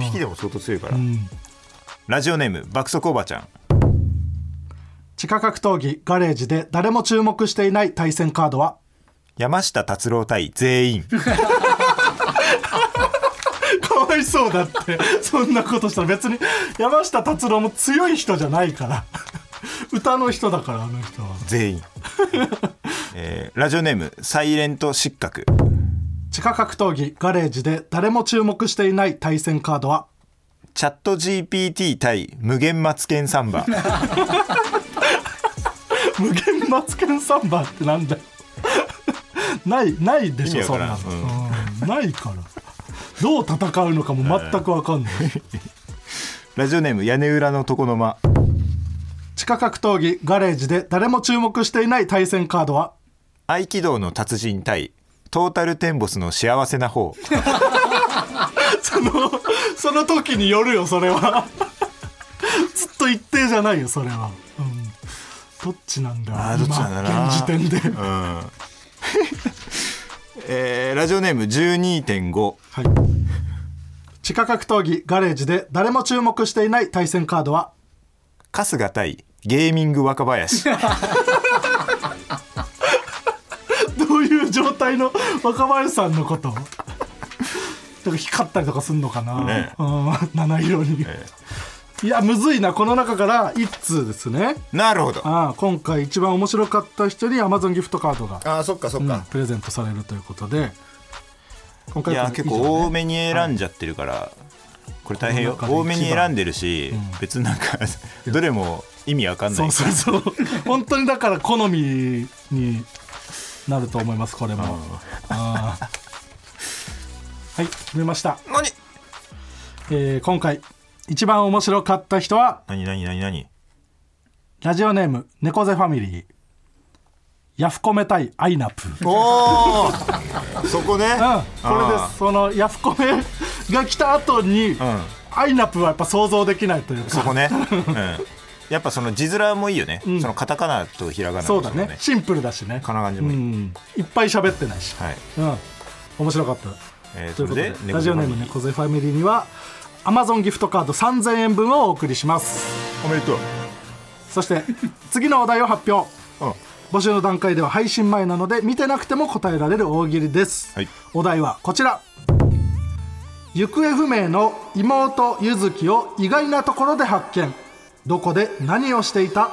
B: 1匹でも相当強いから、ラジオネーム爆速おばちゃん
A: 地地下格闘技ガレージで誰も注目していない対戦カードは
B: 山下達郎対全員
A: かわいそうだってそんなことしたら別に山下達郎も強い人じゃないから 歌の人だからあの人は
B: 全 員、えーラジオネームサイレント失格
A: 地下格闘技ガレージで誰も注目していない対戦カード は
B: チャット GPT 対無限マツケンサン バ
A: 無限マツケンサンバってなんだよ ないないでし
B: 意
A: ょ
B: 味
A: そ
B: わ
A: ん
B: から
A: なんの、うんないからどう戦うのかも全く分かんない
B: ラジオネーム屋根裏の床の間
A: 地下格闘技ガレージで誰も注目していない対戦カードは
B: 合気道の達人対トータルテンボスの幸せな方
A: そのその時によるよそれはずっと一定じゃないよそれは、うん、どっちなんだ
B: あーどっちなんだな
A: 今現時点で、はい、
B: えーラジオネーム12.5
A: 地下格闘技ガレージで誰も注目していない対戦カードは
B: 春日対ゲーミング若 林
A: どういう状態の若林さんのことなんか光ったりとかすんのかな、
B: ね
A: うん、七色に、いやむずいなこの中から一通ですね
B: なるほど
A: ああ今回一番面白かった人に Amazon ギフトカードが
B: あーそっかそっ
A: うん、プレゼントされるということで今
B: い
A: 回
B: や
A: これ
B: 結
A: 以上
B: 構
A: ね
B: 多めに選んじゃってるから、これ大変よ
A: この中で一番
B: 多めに選んでるし、別になんかどれも意味わかんな
A: そ
B: いう
A: そうそう 本当にだから好みになると思いますこれもああはい決めました、
B: 何
A: えー今回一番面白かった人は
B: 何何何何
A: ラジオネーム猫背ファミリーヤフコメ対アイナプー
B: おー そこね、
A: うん、これですそのヤフコメが来た後に、アイナプーはやっぱ想像できないというか
B: そこね、うん、やっぱその字面もいいよね、そのカタカナとひらがなの
A: そうだ
B: その
A: ねシンプルだしね
B: こんな感じもいい、
A: うんいっぱい喋ってないし、
B: はい、
A: うん、面白かった
B: えー、
A: と
B: そ
A: いうこ
B: れ
A: とで
B: で
A: ラジオネーム猫背ファミリーには Amazon ギフトカード3000円分をお送りします
B: おめでとう
A: そして 次のお題を発表
B: うん
A: 募集の段階では配信前なので見てなくても答えられる大喜利です、
B: はい
A: お題はこちら行方不明の妹ゆずきを意外なところで発見どこで何をしていた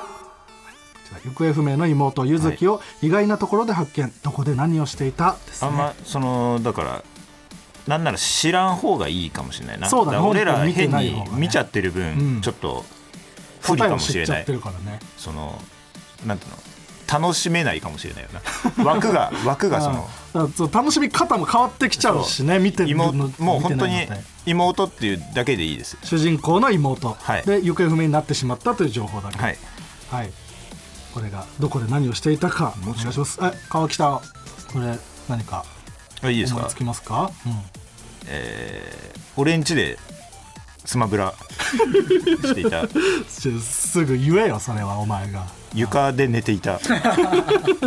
A: 行方不明の妹ゆずきを意外なところで発見、どこで何をしていたです
B: あんまそのだからなんなら知らん方がいいかもしれないな
A: そうだね
B: から俺ら
A: 本当に見て
B: 変
A: ない
B: に
A: 方がね
B: 見ちゃってる分、
A: うん
B: ちょっと不利
A: 答え
B: か
A: を
B: もし
A: 知っ
B: れ
A: ち
B: な
A: ゃっ
B: い
A: てるからね
B: そのなんていうの楽しめないかもしれないよな枠 が枠がその
A: だからそう楽しみ方も変わってきちゃうしね見てるの
B: 妹もう
A: 見て
B: 本
A: な
B: 当
A: い
B: に
A: ので
B: 妹っていうだけでいいです
A: 主人公の妹、
B: はい
A: で行方不明になってしまったという情報だけ
B: はい、
A: はいこれがどこで何をしていたかお
B: もちろん
A: 願いしますえ川北これ何か
B: あいいです
A: 思い
B: か
A: つきますか
B: 俺ん家でスマブ ラしていた
A: うんちょすぐ言えよそれはお前が
B: 床で寝て いた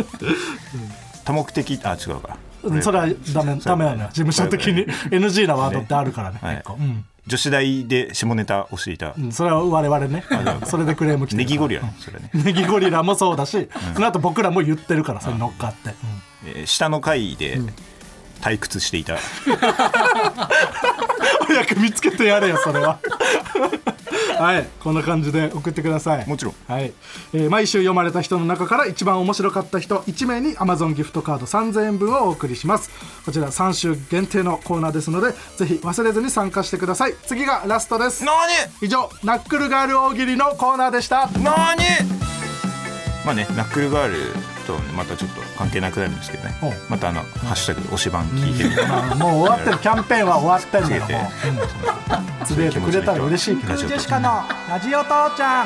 B: 多目的あ違うか
A: うんそれはダメダメなのよ事務所的に NG なワードってあるからね
B: はい
A: 結構、うん
B: 女子大で下ネタをしていた
A: うんそれは我々ね それでクレーム来て
B: ネ
A: るから
B: ギゴリラねそれね、
A: ネギゴリラもそうだし、その後僕らも言ってるからそれに乗っかって、うん
B: えー下の階で退屈していた、
A: 早く見つけてやれよそ れははいこんな感じで送ってください
B: もちろん
A: はいえー毎週読まれた人の中から一番面白かった人1名に Amazon ギフトカード3000円分をお送りしますこちら3週限定のコーナーですのでぜひ忘れずに参加してください次がラストです以上ナックルガール大喜利のコーナーでした
B: 何何まあねナックルガールとまたちょっと関係なくなるんですけどね
A: お
B: またあの「ハッシュタグ推し版」聞いてみたいな
A: あもう終わってるキャンペーンは終わってるんだ
B: つけて
A: よもうつぶやいてくれたら嬉しいけど
B: ラジオ父ちゃん
A: のラジオ父ちゃん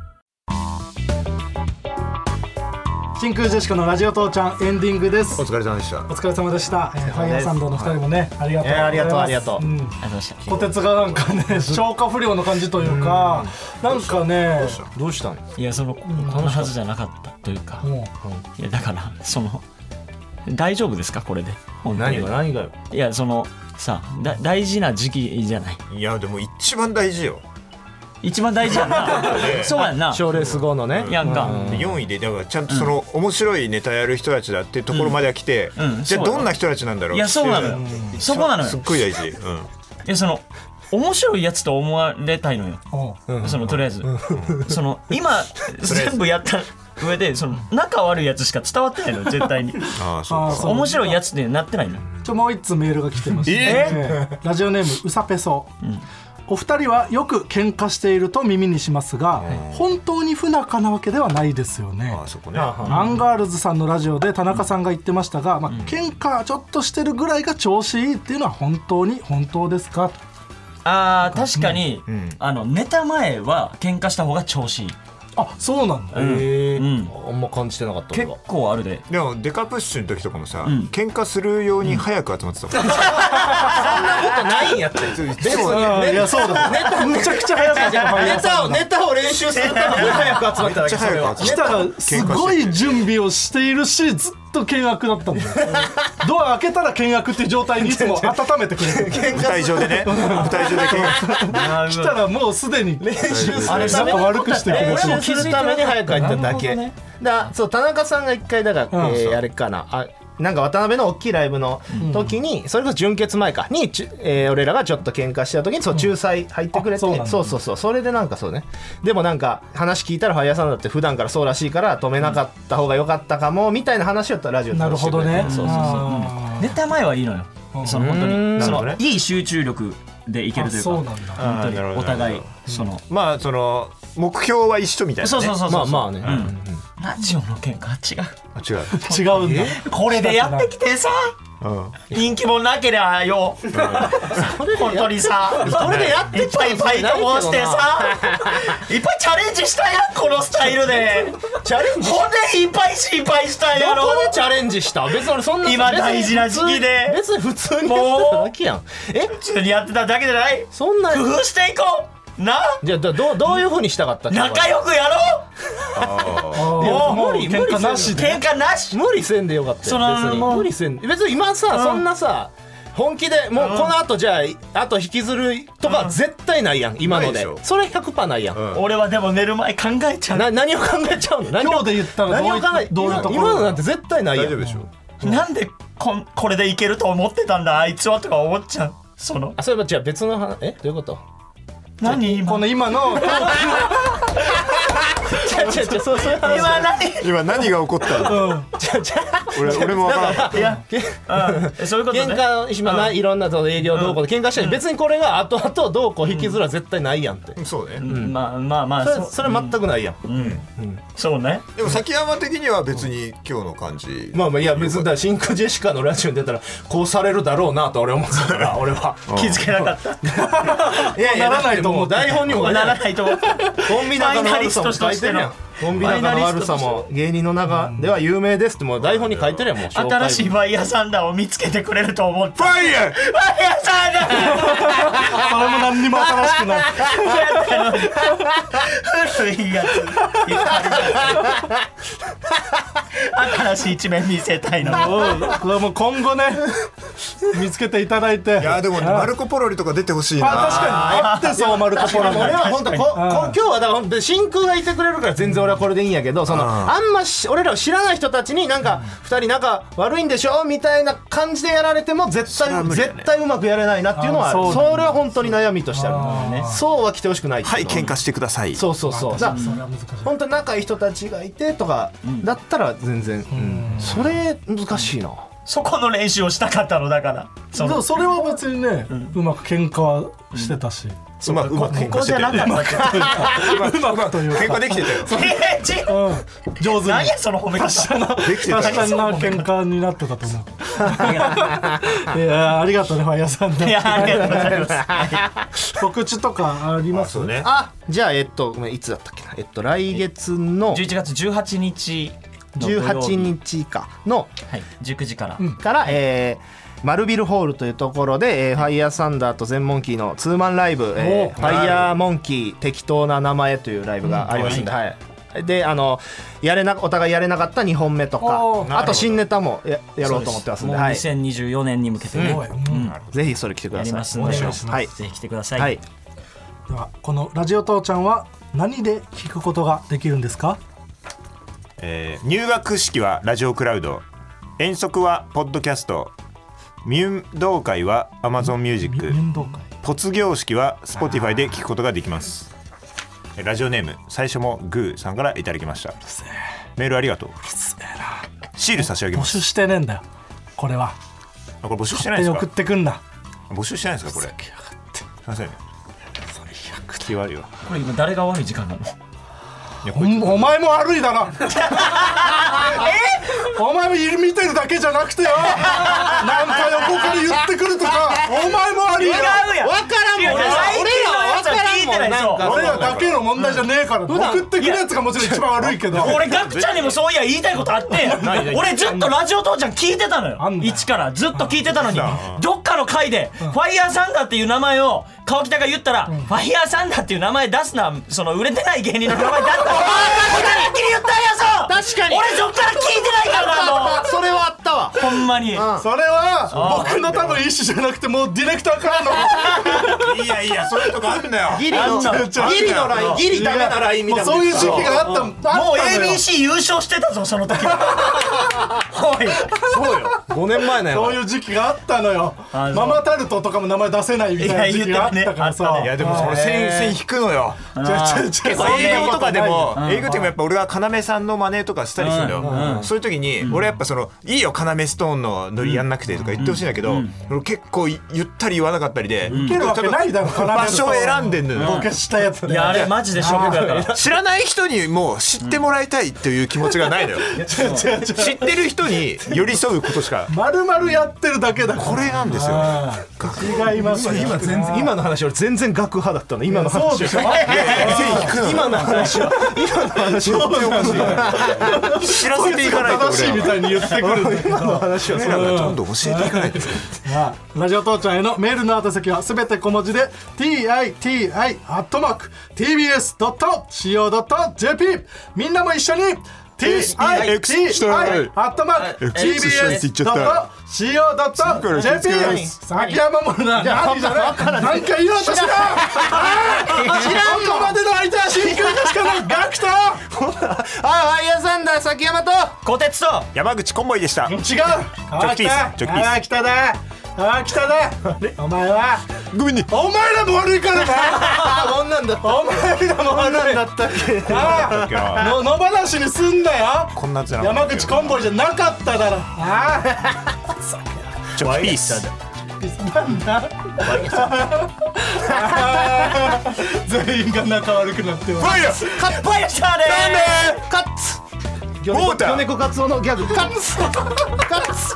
A: 真空ジェシカのラジオ父ちゃんエンディングです
E: お疲れ様でした
A: お疲れ様でした、えー、ファイヤーサンドの二人もね、ありがとうございます、
C: えーありがとうありがとう
A: うん
F: ありがとうございました
A: こてつがなんかね消化不良の感じというかなんかね
C: どうしたの
F: いやそのこんなはずじゃなかったというか、
A: も
F: いやだからその大丈夫ですかこれで本当に
C: 何が何がよ
F: いやそのさだ大事な時期じゃない
E: いやでも一番大事よ
F: 一番大事や んなそうやんな
C: 賞レース後のね
F: やんか、
E: 4位でだからちゃんとその面白いネタやる人たちだっていうところまでは来て、
F: うんうん
E: じゃ
F: そ
E: あ
F: うよ
E: どんな人たちなんだろう
F: いやそうなのよ
E: っていう
F: そこなのよ
E: すっごい大事、うん
F: いやその面白いやつと思われたいのよ、そのとりあえず、その今全部やった上でその仲悪いやつしか伝わってないの絶対に
E: ああそう
A: あーそう
F: 面白いやつになってないの
A: ちょもう一つメールが来てます、ねラジオネームうさぺそ、お二人はよく喧嘩していると耳にしますが本当に不仲なわけではないですよね
E: あそこね
A: アンガールズさんのラジオで田中さんが言ってましたが、まあ、喧嘩ちょっとしてるぐらいが調子いいっていうのは本当に本当ですか
F: あー確かに、あの寝た前は喧嘩した方が調子いい
A: あそうなんだ、
C: え
F: うん
C: ーあんま感じてなかった俺
F: 結
C: は
F: 構あるで
E: でもデカプッシュの時とかもさ、喧嘩するように早く集まってたもん、
C: ことないんやってでもね
A: いやそうだ
C: ネタ
A: むちゃくちゃ早かった
C: ネ タをネタを練習するために早く集まっただけそれは
E: めっ
A: 来
E: ち
A: たらすごい準備をしているしずっと険悪だ ったんだよドア開けたら険悪っていう状態にいつも温めてくれる
E: 舞台上でね舞台上で喧嘩
A: 来たらもうすでに練習
C: あれ
A: 仲悪くしてくれ
C: 練
A: る
C: 習するために早く入っただけ、だそう田中さんが一回だから、えーあれかなあなんか渡辺の大きいライブの時に、それこそ準決前かに、ちゅえー俺らがちょっと喧嘩した時にそう仲裁入ってくれて、
A: あそうなんだ
C: そうそうそうそれでなんかそうねでもなんか話聞いたらファイヤーさんだって普段からそうらしいから止めなかった方が良かったかもみたいな話をラジオで
A: なる
C: して
A: ほ
C: く
A: ど
C: れて
A: ね
F: そうそうそう、
A: あ
F: 寝た前はいいのよ、その本当にそ
E: なる
F: の
E: ほど
F: いい集中力でいけるというか
A: あそうなんだ
F: 本当に
E: あーなるほど
F: お互いその、
E: まあその目標は一緒みたいな、ね、
F: そうそうそうそう
C: まあまあね
F: うんラジオの喧嘩は違
E: あ違う
F: う
A: ー違うんだ
F: これでやってきてさ人気もなけりゃよ 本当 にさそれでやっていっぱいいっぱいと申し てさいっぱいチャレンジしたやんこのスタイルで
C: チャレンジ
F: ほんでいっぱい失敗したん
C: ど
F: やろ
C: こでチャレンジした別に俺そんな
F: 今大事な時期で
C: 別に普通にやってただけやんえ
F: 普通にやってただけじゃない
C: そんな
F: 工夫していこうな
C: じゃあどどうどういうふうにしたかったっけ
F: 仲良くやろう
A: もう
C: 無理無
A: 喧
C: 理
A: 嘩なしで
F: 喧嘩なし
C: 無理せんでよかった
F: そ
C: よ
F: ら
C: 別に
F: もう
C: 無理せん別に今さそんなさ本気でもうこの後じゃああと引きずるとか絶対ないやん今の
E: ないで
C: で
E: しょ
C: それ100%ないやん、
F: 俺はでも寝る前考えちゃ
C: な何を考えちゃ うの何を
A: 今日で言ったらどうい
C: 何を考え
A: どういうところ
C: 今のなんて絶対ないやん
E: 大丈夫でしょ
F: うなんでこんこれでいけると思ってたんだあいつはとか思っちゃうその
C: あそういえばじゃあ別の話えどういうこと
F: 何 今
A: この今の
C: 違う違う違うそうそういう話じゃ
F: 今
C: ない
F: 何
E: 今何が起こったの俺俺も分からん
F: いや、うん、そういうことね。
C: 喧嘩今ないいろんなその営業どうこうで喧嘩したり別にこれが後々どうこう引きずるは絶対ないやんっ て
E: そうね、
F: うんまあまあまあ、
C: それ
F: そう
C: それ全くないやん
F: そうね。
E: でも崎山的には別に今日の感じ
C: まあまあいや別にだから真空ジェシカのラジオに出たらこうされるだろ うなと俺は思ってたから俺は
F: 気づけなかった。
C: いやいやならないと思う台本にも
F: ならないいと思った。
C: コンビ仲の悪さも書いてるやん
F: フ
C: コンビ仲の悪さも芸人の中では有名ですってもう台本に書いてるやんもう紹介文
F: 新しいファイヤーサンダーを見つけてくれると思った。
E: ファイヤー
F: ファイヤーサンダー
A: それも何にも新しくない
F: 古いやつ。新しい一面見せたいのに。
A: うんこれはもう今後ね見つけていただいて
E: いやでもマルコ・ポロリとか出てほしい
A: あ確
E: な
A: かにあってそう丸ところ
C: 俺
A: も
C: は本当ここ今日はだから本当に真空がいてくれるから全然俺はこれでいいんやけどそのあんまし俺らを知らない人たちになんか2人仲悪いんでしょみたいな感じでやられても絶対、絶対うまくやれないなっていうのはある
A: あーそう
C: そ
A: だね
C: れは本当に悩みとしてあるねそうは来てほしくない
E: はい喧嘩してください
C: そうそうそうだから本当に仲いい人たちがいてとかだったら全然、うんそれ難しいな
F: そこの練習をしたかったのだから。そ
A: でも
F: の
A: それは別にねうまく喧嘩はしてたし
E: うまうまく
F: こ
E: 喧
F: こ
E: 嘩し
F: じ
E: て
F: ゃ
E: た
F: な
E: よ
F: か
E: ね
F: ったけど。
E: うまくうまく喧嘩できてたよ
F: えーち
A: うん上手に
F: 何やその褒め方。
E: できてた
A: 確かにな喧嘩になってたと思ういやーありがとうねファイヤーさん
F: い
A: で
F: やありがとうございます。
A: 告知とかあります
B: そうね
C: あじゃあえっとごめんいつだったっけなえっと来月の
F: 11月18日の土曜日
C: 18日かの
F: はい、19時から、
C: から、えーマルビルホールというところで、えーファイヤーサンダーとゼンモンキーのツーマンライブ「えーファイヤーモンキー適当な名前」というライブがありますんで、はいであのやれなお互いやれなかった2本目と
A: おー
C: かあと新ネタもややろうと思ってますんで
F: もう
C: はい、
F: 2024年に向けてね、
C: ぜひそれ来てく
F: や
C: だ
F: り
C: さい。
F: ますので、
C: はい
F: ぜひ来てください、
C: はい
A: ではこの「ラジオ父ちゃん」は何で聞くことができるんですか
B: えー入学式はラジオクラウド遠足はポッドキャスト運動会は Amazon ミュージック
A: 運動会
B: 卒業式は Spotify で聞くことができますえラジオネーム最初もグーさんからいただきましたメールありがとうシール差し上げ
A: 募
B: ます
A: 集してねえんだよこれは
B: あこれ募集してないん
A: 勝
B: で
A: 手に
B: す
A: 送っ
B: か
A: てくんな
B: 募集してないんですかこれすいませんね気悪いわ
F: これ今誰が悪い時間なの
B: いやこ
A: お
B: いつ
A: お前も悪いだ なお前も見てるだけじゃなくてよなんか横から言ってくるとかお前も悪いよ
F: やん
C: わからんもん俺らわからんもんなんか
A: 俺らだけの問題じゃねえから送ってくるやつがもちろん一番悪いけど
F: 俺ガクちゃんにもそういや言いたいことあって
B: ないない
F: 俺ずっとラジオ父ちゃん聞いてたの
A: あん
F: よ
A: だよ
F: 一からずっと聞いてたのに
B: ん
F: どっかの回で「ファイヤーサンダー」っていう名前を川北が言ったら「ファイヤーサンダー」っていう名前出すなその売れてない芸人の名前出したら一気に言ったんやぞ
C: 確かに
F: 俺そっから聞いてないからなもう
C: それはあったわ
F: ほんま
A: そ
F: に
A: れは僕の多分意思じゃなくてもうディレクターからの
B: いやいやそういうとこあるんだよ
C: ギリの
F: あんな
C: ギリのラインギリダメなラインみたいな
A: もうそういう時期があったあった
F: も
A: の
F: う
A: よ
F: ABC 優勝してたぞその時はおい
C: そうよ5年前のよ
A: そういう時期があったのよ
F: あそう
A: ママタルトとかも名前出せないみたいな時期があったから
F: いや言ってたねあった
A: さ
F: ね
B: いやでもそれ線線引くのよ
A: 結
B: 結構営業とかでも営業ってもやっぱ俺が要さんの真似とかしたりするんだよ、そういう時に俺やっぱその「いいよ要ストーンのノリやんなくて」とか言ってほしいんだけど、俺結構ゆったり言わなかったりで、
A: けるわけないだろ要
B: 場所を選んでんのよ、
A: ボケしたやつ
F: いやあれマジでショックだから
B: 知らない人にもう知ってもらいたいという気持ちがないのよ、知ってる人に寄り添うことしか
A: まるまるやってるだけだ
B: これなんですよ
A: 違いますよ
C: 今全然今の話俺全然学派だったの今の
A: そう
C: 話
A: でしょ
C: 今の話は今の話は
B: 知らせていかないと
A: 正しい
B: 俺
A: みたいに言ってくるんだけど
C: 今の話はそ
B: らがどんどん教えていかないと
A: ああラジオ父ちゃんへのメールの宛先はすべて小文字で titi.tbs.co.jp みんなも一緒に
B: TIX したい
A: titi.tbs.co.jp 先山もな何じゃない何回言おうとした知らんここまでの相手は真空でしかないガクト
C: あファイヤーサンダー崎山と
F: 虎鉄と
B: 山口コンボイでした
A: 違う
B: ョッキーさんジョッキーさん
A: ああ来ただああ来ただお前は
B: ごめんね
A: お前らも悪いからな
C: こんなんだった
A: お前らも悪い
C: だったっけ
A: なあの野放しにすんなよ
B: こんなやつじゃなか
A: 山
B: ったよ
A: 口コンボイじゃなかっただろあ
B: ちょピース
A: あ全員が仲悪くなってます
B: ファイヤー
F: カッパイスターでー
C: カッツ魚
B: ウォーター
C: 猫カツオのギャグカッツカッツ